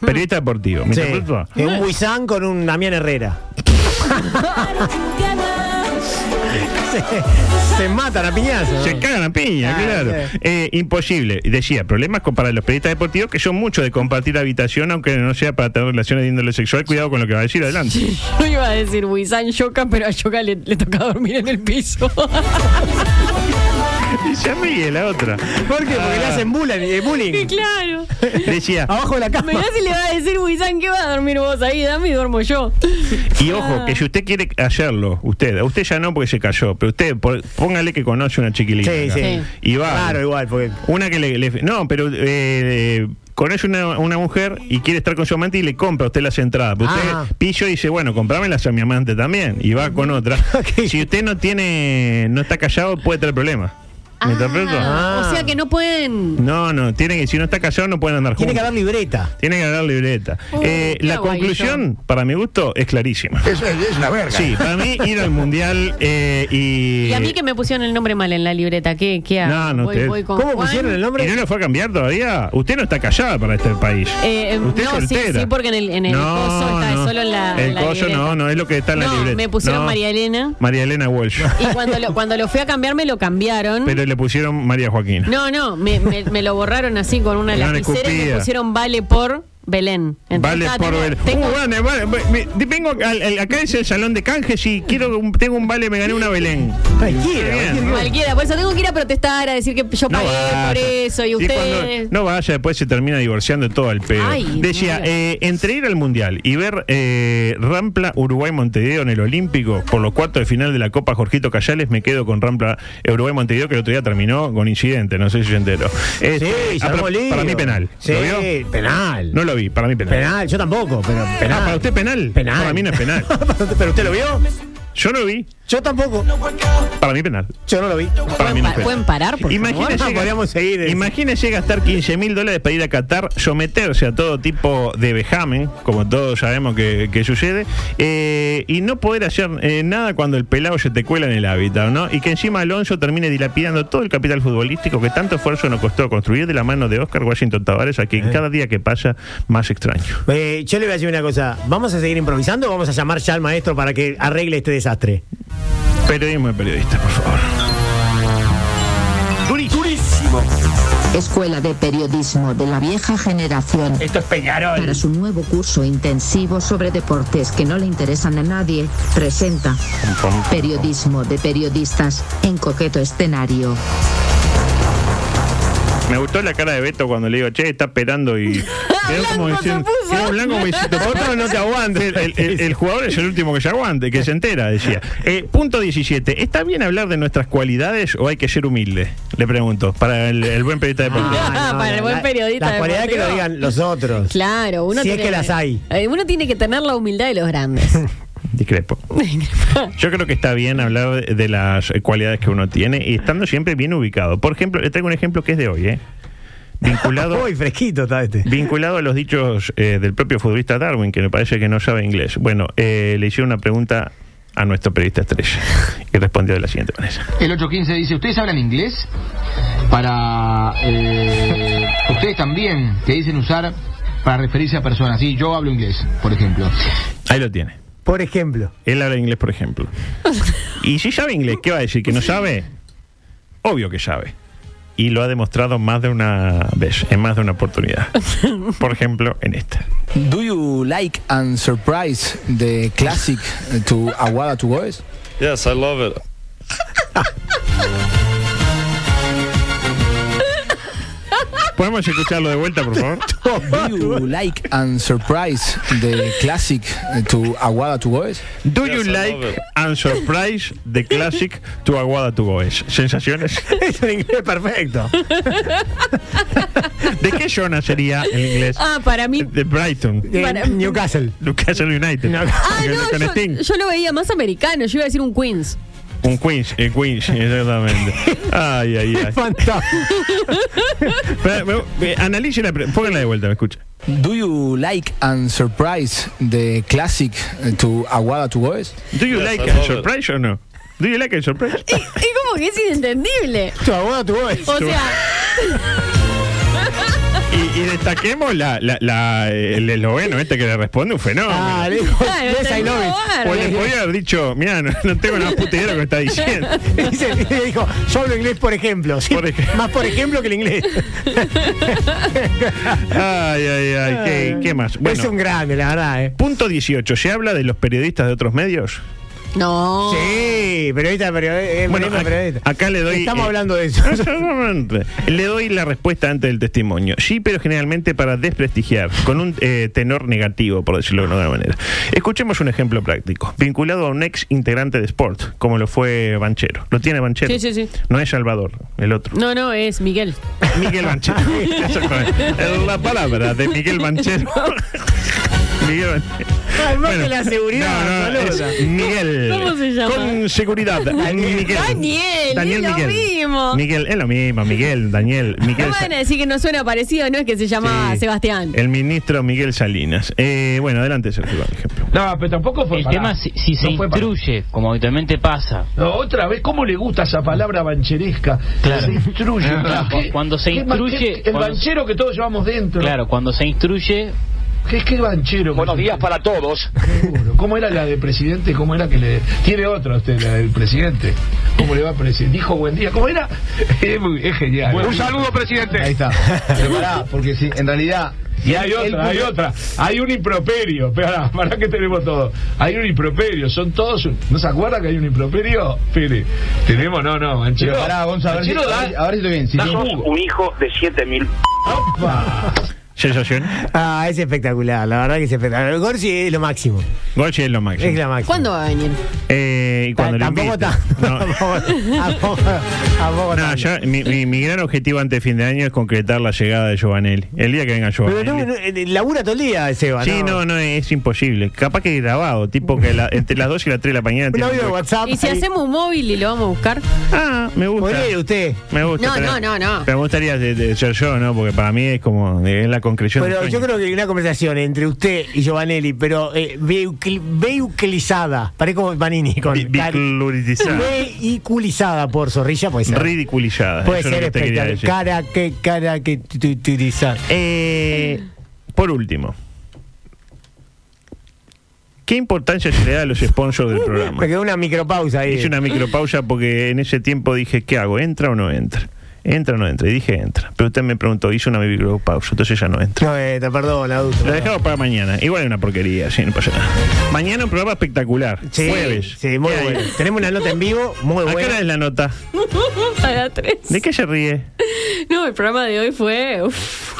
Speaker 11: Mm.
Speaker 10: Periodista deportivo. ¿me
Speaker 12: Sí.
Speaker 10: interpreto?
Speaker 12: Eh, Un Buizán con un Damián Herrera. se, se matan a piñazo.
Speaker 10: Se cagan a piña,
Speaker 12: Ah,
Speaker 10: claro.
Speaker 12: sí.
Speaker 10: Eh, imposible. Decía, problemas con- para los periodistas deportivos que son muchos de compartir habitación, aunque no sea para tener relaciones de índole sexual. Cuidado con lo que va a decir adelante.
Speaker 11: No iba a decir Wisan Yoka, pero a Yoka le, le toca dormir en el piso.
Speaker 10: Y se ríe la otra.
Speaker 12: ¿Por qué? Porque
Speaker 10: Ah.
Speaker 12: le hacen bullying. eh, bullying.
Speaker 11: claro.
Speaker 10: Decía,
Speaker 12: Abajo de la cama.
Speaker 11: Mirá si le va a decir Wisan que va a dormir vos ahí, dame y duermo yo.
Speaker 10: y ojo, que si usted quiere hacerlo, usted, a usted ya no porque se cayó, pero usted, por- póngale que conoce una chiquilina.
Speaker 12: Sí,
Speaker 10: acá.
Speaker 12: sí.
Speaker 10: Y va.
Speaker 12: Claro, igual, porque.
Speaker 10: Una que le, le- no, pero eh, conoce una, una mujer y quiere estar con su amante y le compra a usted las entradas. Pero usted
Speaker 12: Ah.
Speaker 10: pillo y dice, bueno, comprámelas a mi amante también. Y va con otra. Si usted no tiene, no está callado, puede tener problemas.
Speaker 11: Ah.
Speaker 10: ¿Me
Speaker 11: O
Speaker 10: interpreto?
Speaker 12: Ah.
Speaker 11: sea que no pueden.
Speaker 10: No, no, tiene que, si no está callado no pueden andar juntos.
Speaker 12: Tiene que haber libreta.
Speaker 10: Tiene que haber libreta.
Speaker 12: Uh,
Speaker 10: Eh,
Speaker 12: qué
Speaker 10: la
Speaker 12: guay,
Speaker 10: conclusión, para mi gusto, es clarísima.
Speaker 12: Es- es una verga.
Speaker 10: Sí, para mí ir al mundial eh, y.
Speaker 11: Y a mí que me pusieron el nombre mal en la libreta, ¿qué, qué hago?
Speaker 10: No, no,
Speaker 11: voy,
Speaker 10: usted-
Speaker 11: voy con Juan.
Speaker 10: ¿Y no lo fue a cambiar todavía? Usted no está callada para este país.
Speaker 11: Eh, eh,
Speaker 10: Usted es
Speaker 11: no, sí,
Speaker 10: soltera.
Speaker 11: sí, porque en el, en el
Speaker 10: No,
Speaker 11: coso está
Speaker 10: no.
Speaker 11: solo en la. en
Speaker 10: El
Speaker 11: la
Speaker 10: coso
Speaker 11: libreta.
Speaker 10: no, no, es lo que está en la
Speaker 11: No,
Speaker 10: libreta.
Speaker 11: me pusieron
Speaker 10: No.
Speaker 11: María Elena.
Speaker 10: María Elena Walsh.
Speaker 11: Y cuando lo, cuando lo fui a cambiar, me lo cambiaron.
Speaker 10: Pero le pusieron María Joaquina.
Speaker 11: No, no, me, me- me lo borraron así con una
Speaker 10: Le dieron
Speaker 11: lapicera y
Speaker 10: escupida.
Speaker 11: me pusieron vale por Belén. Entonces,
Speaker 10: Vale,
Speaker 11: ah,
Speaker 10: por
Speaker 11: tengo-
Speaker 10: ver.
Speaker 11: tengo-
Speaker 10: Uh, vale, vale, me- me- vengo al- al- acá es el salón de canjes y quiero un- tengo un vale, me gané una Belén. Está bien.
Speaker 11: Cualquiera, por eso tengo que ir a protestar, a decir que yo
Speaker 10: No
Speaker 11: pagué
Speaker 10: vaya.
Speaker 11: por eso y
Speaker 10: Y cuando
Speaker 11: ustedes.
Speaker 10: no vaya, después se termina divorciando todo el pedo.
Speaker 11: Ay,
Speaker 10: Decía,
Speaker 11: no.
Speaker 10: eh, entre ir al Mundial y ver eh, Rampla Uruguay-Montevideo en el Olímpico por los cuartos de final de la Copa Jorgito Callales, me quedo con Rampla Uruguay-Montevideo, que el otro día terminó con incidente, no sé si yo entero. Este,
Speaker 12: Sí, se
Speaker 10: ah,
Speaker 12: armó
Speaker 10: para, para
Speaker 12: lío.
Speaker 10: mí penal.
Speaker 12: Sí,
Speaker 10: ¿Lo vio?
Speaker 12: penal.
Speaker 10: No lo vi, para mí penal.
Speaker 12: Penal, yo tampoco, pero penal.
Speaker 10: Ah, ¿para usted penal?
Speaker 12: Penal.
Speaker 10: Para mí no es penal.
Speaker 12: ¿Pero usted lo vio?
Speaker 10: Yo no lo vi.
Speaker 12: Yo tampoco.
Speaker 10: Para mí penal.
Speaker 12: Yo no lo vi.
Speaker 10: Para mí no es
Speaker 11: Pa-
Speaker 10: penal.
Speaker 11: ¿Pueden parar, por
Speaker 10: Imagínese,
Speaker 11: favor?
Speaker 10: llega-
Speaker 11: eh.
Speaker 10: imagínese gastar 15 mil dólares para ir a Qatar, someterse a todo tipo de vejamen, como todos sabemos que, que sucede, eh, y no poder hacer eh, nada cuando el pelado se te cuela en el hábitat, ¿no? Y que encima Alonso termine dilapidando todo el capital futbolístico que tanto esfuerzo nos costó construir de la mano de Oscar Washington Tavares, a
Speaker 11: Eh.
Speaker 10: quien cada día que pasa más extraño.
Speaker 12: Eh, yo le voy a decir una cosa. ¿Vamos a seguir improvisando o vamos a llamar ya al maestro para que arregle este desastre?
Speaker 10: Periodismo de periodista, por favor.
Speaker 15: Durísimo. Escuela de Periodismo de la Vieja Generación. Esto es Peñarol. Para su nuevo curso intensivo sobre deportes que no le interesan a nadie, presenta Periodismo de Periodistas en coqueto escenario.
Speaker 10: Me gustó la cara de Beto cuando le digo, che, está esperando y. Quedó como diciendo. quedó blanco como diciendo, "Otro no te aguante. El, el- el jugador es el último que se aguante, que se entera, decía. Eh, punto 17. ¿Está bien hablar de nuestras cualidades o hay que ser humilde? Le pregunto, para el, el buen periodista
Speaker 12: Ah.
Speaker 10: deportivo.
Speaker 11: para el buen periodista.
Speaker 12: Las cualidades que lo
Speaker 11: deportivo.
Speaker 12: digan los otros.
Speaker 11: Claro, uno
Speaker 12: Si es
Speaker 11: tiene
Speaker 12: que las hay.
Speaker 11: eh, uno tiene que tener la humildad de los grandes.
Speaker 10: Discrepo. Yo creo que está bien hablar de las eh, cualidades que uno tiene y estando siempre bien ubicado. Por ejemplo, le traigo un ejemplo que es de hoy, ¿eh? Vinculado.
Speaker 12: Uy, fresquito está este.
Speaker 10: Vinculado a los dichos eh, del propio futbolista Darwin, que me parece que no sabe inglés. Bueno, eh, le hicieron una pregunta a nuestro periodista estrella y respondió de la siguiente manera.
Speaker 21: El 815 dice, ¿ustedes hablan inglés? Para eh, ustedes también, que dicen usar para referirse a personas. Sí, yo hablo inglés, por ejemplo.
Speaker 10: Ahí lo tiene.
Speaker 12: Por ejemplo.
Speaker 10: Él habla inglés, por ejemplo. Y si sabe inglés, ¿qué va a decir? ¿Que no sabe? Obvio que sabe. Y lo ha demostrado más de una vez, en más de una oportunidad. Por ejemplo, en esta.
Speaker 13: Do you like and surprise the classic eh, to Aguada to Goes?
Speaker 22: Yes, I love it.
Speaker 10: ¿Podemos escucharlo de vuelta, por favor?
Speaker 13: Do you like and surprise the classic eh, to Aguada to Goes?
Speaker 10: Do you like and surprise the classic to Aguada to Goes? ¿Sensaciones?
Speaker 12: es un inglés perfecto.
Speaker 10: ¿De qué zona sería el inglés?
Speaker 11: Ah, para mí.
Speaker 10: De Brighton.
Speaker 11: Eh, Para-
Speaker 12: Newcastle.
Speaker 10: Newcastle United.
Speaker 11: Ah, no,
Speaker 10: Con Sting.
Speaker 11: yo, yo lo veía más americano, yo iba a decir un Queens.
Speaker 10: Un Queens, el Queens, exactamente. Ay, ay, ay. Pero, pero, eh, Analice la pre- pónganla de vuelta, me escucha.
Speaker 13: Do you like and surprise the classic to Aguada to Goes?
Speaker 10: Do you like and surprise o no? Do you like and surprise?
Speaker 11: Es como que es inentendible.
Speaker 12: Tu abuela, tu voz.
Speaker 11: O sea,
Speaker 10: Y, y destaquemos la, la, la- el esloveno este que le responde un fenómeno.
Speaker 12: Ah, le dijo,
Speaker 11: Claro,
Speaker 12: yes, I love it.
Speaker 11: está
Speaker 10: O le
Speaker 12: bien.
Speaker 10: podría haber dicho, mira, no, no tengo nada puta idea de lo que está diciendo.
Speaker 12: Dice- le dijo, yo hablo inglés por ejemplo. sí, Más por ejemplo que el inglés.
Speaker 10: Ay, ay, ay, ¿qué, qué más? Bueno,
Speaker 12: Es un grande, la verdad, ¿eh?
Speaker 10: punto 18. ¿Se habla de los periodistas de otros medios?
Speaker 11: no.
Speaker 12: Sí, periodista, periodista. eh,
Speaker 10: Bueno,
Speaker 12: periodista,
Speaker 10: ac-
Speaker 12: periodista.
Speaker 10: acá le doy.
Speaker 12: Estamos
Speaker 10: eh,
Speaker 12: hablando de eso.
Speaker 10: Exactamente. Le doy la respuesta antes del testimonio. Sí, pero generalmente para desprestigiar, con un eh, tenor negativo, por decirlo de alguna manera. Escuchemos un ejemplo práctico, vinculado a un ex integrante de Sport, como lo fue Banchero. Lo tiene Banchero.
Speaker 11: Sí, sí, sí.
Speaker 10: No es Salvador, el otro.
Speaker 11: No, no, es Miguel.
Speaker 10: Miguel Banchero. Exactamente. Es la palabra de Miguel Banchero. Miguel Banchero.
Speaker 12: Además que la seguridad,
Speaker 10: No, no,
Speaker 12: boludo.
Speaker 10: es Miguel.
Speaker 12: ¿Cómo se llama?
Speaker 10: Con seguridad.
Speaker 18: Daniel.
Speaker 10: Miguel.
Speaker 18: Daniel, es lo mismo.
Speaker 10: Miguel, es lo mismo. Miguel, Daniel.
Speaker 11: No
Speaker 10: Miguel.
Speaker 11: me
Speaker 10: Sa-
Speaker 11: van a decir que no suena parecido, no es que se llama
Speaker 10: Sí.
Speaker 11: Sebastián.
Speaker 10: El ministro Miguel Salinas. Eh, bueno, adelante, Sergio, por ejemplo.
Speaker 22: No, pero tampoco fue
Speaker 6: El
Speaker 22: pará.
Speaker 6: tema es si, si se
Speaker 22: No fue pará.
Speaker 6: instruye, como habitualmente pasa.
Speaker 22: No, otra vez, ¿cómo le gusta esa palabra bancheresca?
Speaker 6: Claro.
Speaker 22: Se instruye.
Speaker 6: Claro.
Speaker 22: ¿Qué-
Speaker 6: Cuando se
Speaker 22: qué ma-
Speaker 6: instruye-
Speaker 22: qué- el
Speaker 6: cuando-
Speaker 22: banchero que todos llevamos dentro.
Speaker 6: Claro, cuando se instruye,
Speaker 22: ¿Qué, qué banchero? Buenos días para todos. ¿Cómo era la de presidente? ¿Cómo era que le.? Tiene otra usted, la del presidente. ¿Cómo le va a presidente? Dijo buen día. ¿Cómo era? Es, muy- es genial.
Speaker 20: Buen día.
Speaker 22: presidente. Ahí está. Prepará, porque si, en realidad. Y hay
Speaker 20: Él-
Speaker 22: otra, hay otra. Hay un improperio. Espera, para que tenemos todo. Hay un improperio. Son todos. un- ¿No se acuerda que hay un improperio? Espere. Tenemos, no, no, Manchero.
Speaker 21: Pero pará, Gonza, a ver
Speaker 22: Manchero
Speaker 21: si-
Speaker 22: da-
Speaker 21: a ver- a ver si estoy bien. Si
Speaker 22: da
Speaker 21: tiene-
Speaker 22: jugo.
Speaker 9: Un hijo de 7000.
Speaker 10: ¿Sensación?
Speaker 12: Ah, es espectacular, la verdad que es espectacular. Gorsi es lo máximo.
Speaker 10: Gorsi es lo máximo.
Speaker 12: Es la máxima.
Speaker 11: ¿Cuándo va a venir?
Speaker 10: Eh, y cuando
Speaker 12: Ta-
Speaker 10: le
Speaker 12: tampoco
Speaker 10: invito. No. No, yo- mi, mi- mi gran objetivo ante fin de año es concretar la llegada de Giovanelli. El día que venga
Speaker 12: Pero no,
Speaker 10: Giovanelli.
Speaker 12: no, eh, labura todo el día, Seba.
Speaker 10: Sí, no, no, es imposible. Capaz que grabado, tipo que la- entre las 2 y las 3 de la mañana.
Speaker 12: Un
Speaker 10: tiene
Speaker 12: audio de
Speaker 10: un hueco.
Speaker 12: WhatsApp. eh,
Speaker 11: ¿Y si
Speaker 12: ahí.
Speaker 11: hacemos un móvil y lo vamos a buscar?
Speaker 10: Ah, me gusta.
Speaker 12: Podría ir usted.
Speaker 10: Me gusta.
Speaker 11: No,
Speaker 10: pero-
Speaker 11: no, no, no.
Speaker 10: Pero me gustaría de- de ser yo, ¿no? Porque para mí es como eh, es la concreción.
Speaker 12: Pero
Speaker 10: del
Speaker 12: yo
Speaker 10: sueño.
Speaker 12: creo que hay una conversación entre usted y Giovanelli, pero eh, veucli- vehiculizada. Parece como Panini. Con
Speaker 10: Vi-
Speaker 12: car-
Speaker 10: viclorizada.
Speaker 12: Vehiculizada por Zorrilla, puede ser.
Speaker 10: Ridiculizada.
Speaker 12: Puede
Speaker 10: eso es
Speaker 12: ser
Speaker 10: lo que te quería
Speaker 12: espectacular.
Speaker 10: decir.
Speaker 12: Cara que, cara que tu- tu- tu- tiza.
Speaker 10: Eh, por último. ¿Qué importancia se le da a los sponsors del programa?
Speaker 12: Me quedó una micropausa ahí.
Speaker 10: Hice una micropausa porque en ese tiempo dije, ¿qué hago? ¿Entra o no entra? ¿Entra o no entra? Y dije, entra. Pero usted me preguntó, hice una micropausa, entonces ya no entra.
Speaker 12: No, eh, te perdón, adulto.
Speaker 10: Lo dejamos para mañana. Igual es una porquería, sí, no pasa nada. Mañana un programa espectacular.
Speaker 12: Sí,
Speaker 10: Jueves.
Speaker 12: sí, muy
Speaker 10: ¿Qué hay?
Speaker 12: bueno. Tenemos una nota en vivo, muy
Speaker 10: ¿A qué
Speaker 12: buena.
Speaker 10: hora es la nota?
Speaker 11: a las 3.
Speaker 10: ¿De qué se ríe?
Speaker 11: No, el programa de hoy fue. uf,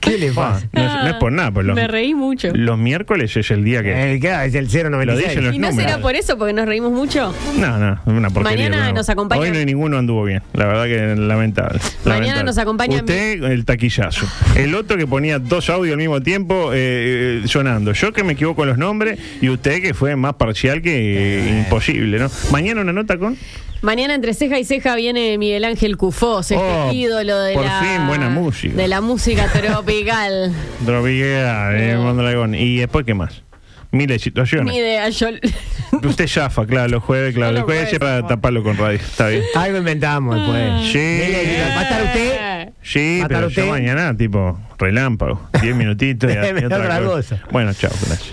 Speaker 12: ¿Qué le pasa?
Speaker 10: No, es- no es por nada, por los,
Speaker 11: me reí mucho.
Speaker 10: los miércoles es el día que...
Speaker 12: Eh, claro, es el 096.
Speaker 10: Lo dicen los
Speaker 11: ¿Y no será
Speaker 10: números.
Speaker 11: por eso? Porque nos reímos mucho.
Speaker 10: No, no, es una porquería.
Speaker 11: Mañana
Speaker 10: no.
Speaker 11: nos acompaña-
Speaker 10: Hoy no hay ninguno anduvo bien, la verdad que lamentable. lamentable.
Speaker 11: nos acompaña-
Speaker 10: Usted, el taquillazo. El otro que ponía dos audios al mismo tiempo eh, eh, sonando. Yo que me equivoco en los nombres y usted que fue más parcial que eh, imposible, ¿no? Mañana una nota con.
Speaker 11: Mañana entre ceja y ceja viene Miguel Ángel Cufós, este
Speaker 10: Oh,
Speaker 11: ídolo de
Speaker 10: por
Speaker 11: la.
Speaker 10: fin, buena música.
Speaker 11: De la música tropical.
Speaker 10: Dropiquea, eh, Mondragón. ¿Y después qué más? Miles de
Speaker 11: Mi
Speaker 10: situaciones.
Speaker 11: idea, yo.
Speaker 10: Usted zafa, claro, los jueves, claro.
Speaker 11: Yo
Speaker 10: Los
Speaker 11: los jueves
Speaker 10: jueves siempre para taparlo con radio. Está bien.
Speaker 12: Algo inventamos después.
Speaker 10: Sí.
Speaker 12: Va a estar usted.
Speaker 10: Sí,
Speaker 12: Matar
Speaker 10: pero yo
Speaker 12: usted.
Speaker 10: mañana, tipo, relámpago. Diez minutitos y,
Speaker 12: Me
Speaker 10: y otra
Speaker 12: otra
Speaker 10: cosa.
Speaker 12: cosa.
Speaker 10: Bueno, chao, gracias.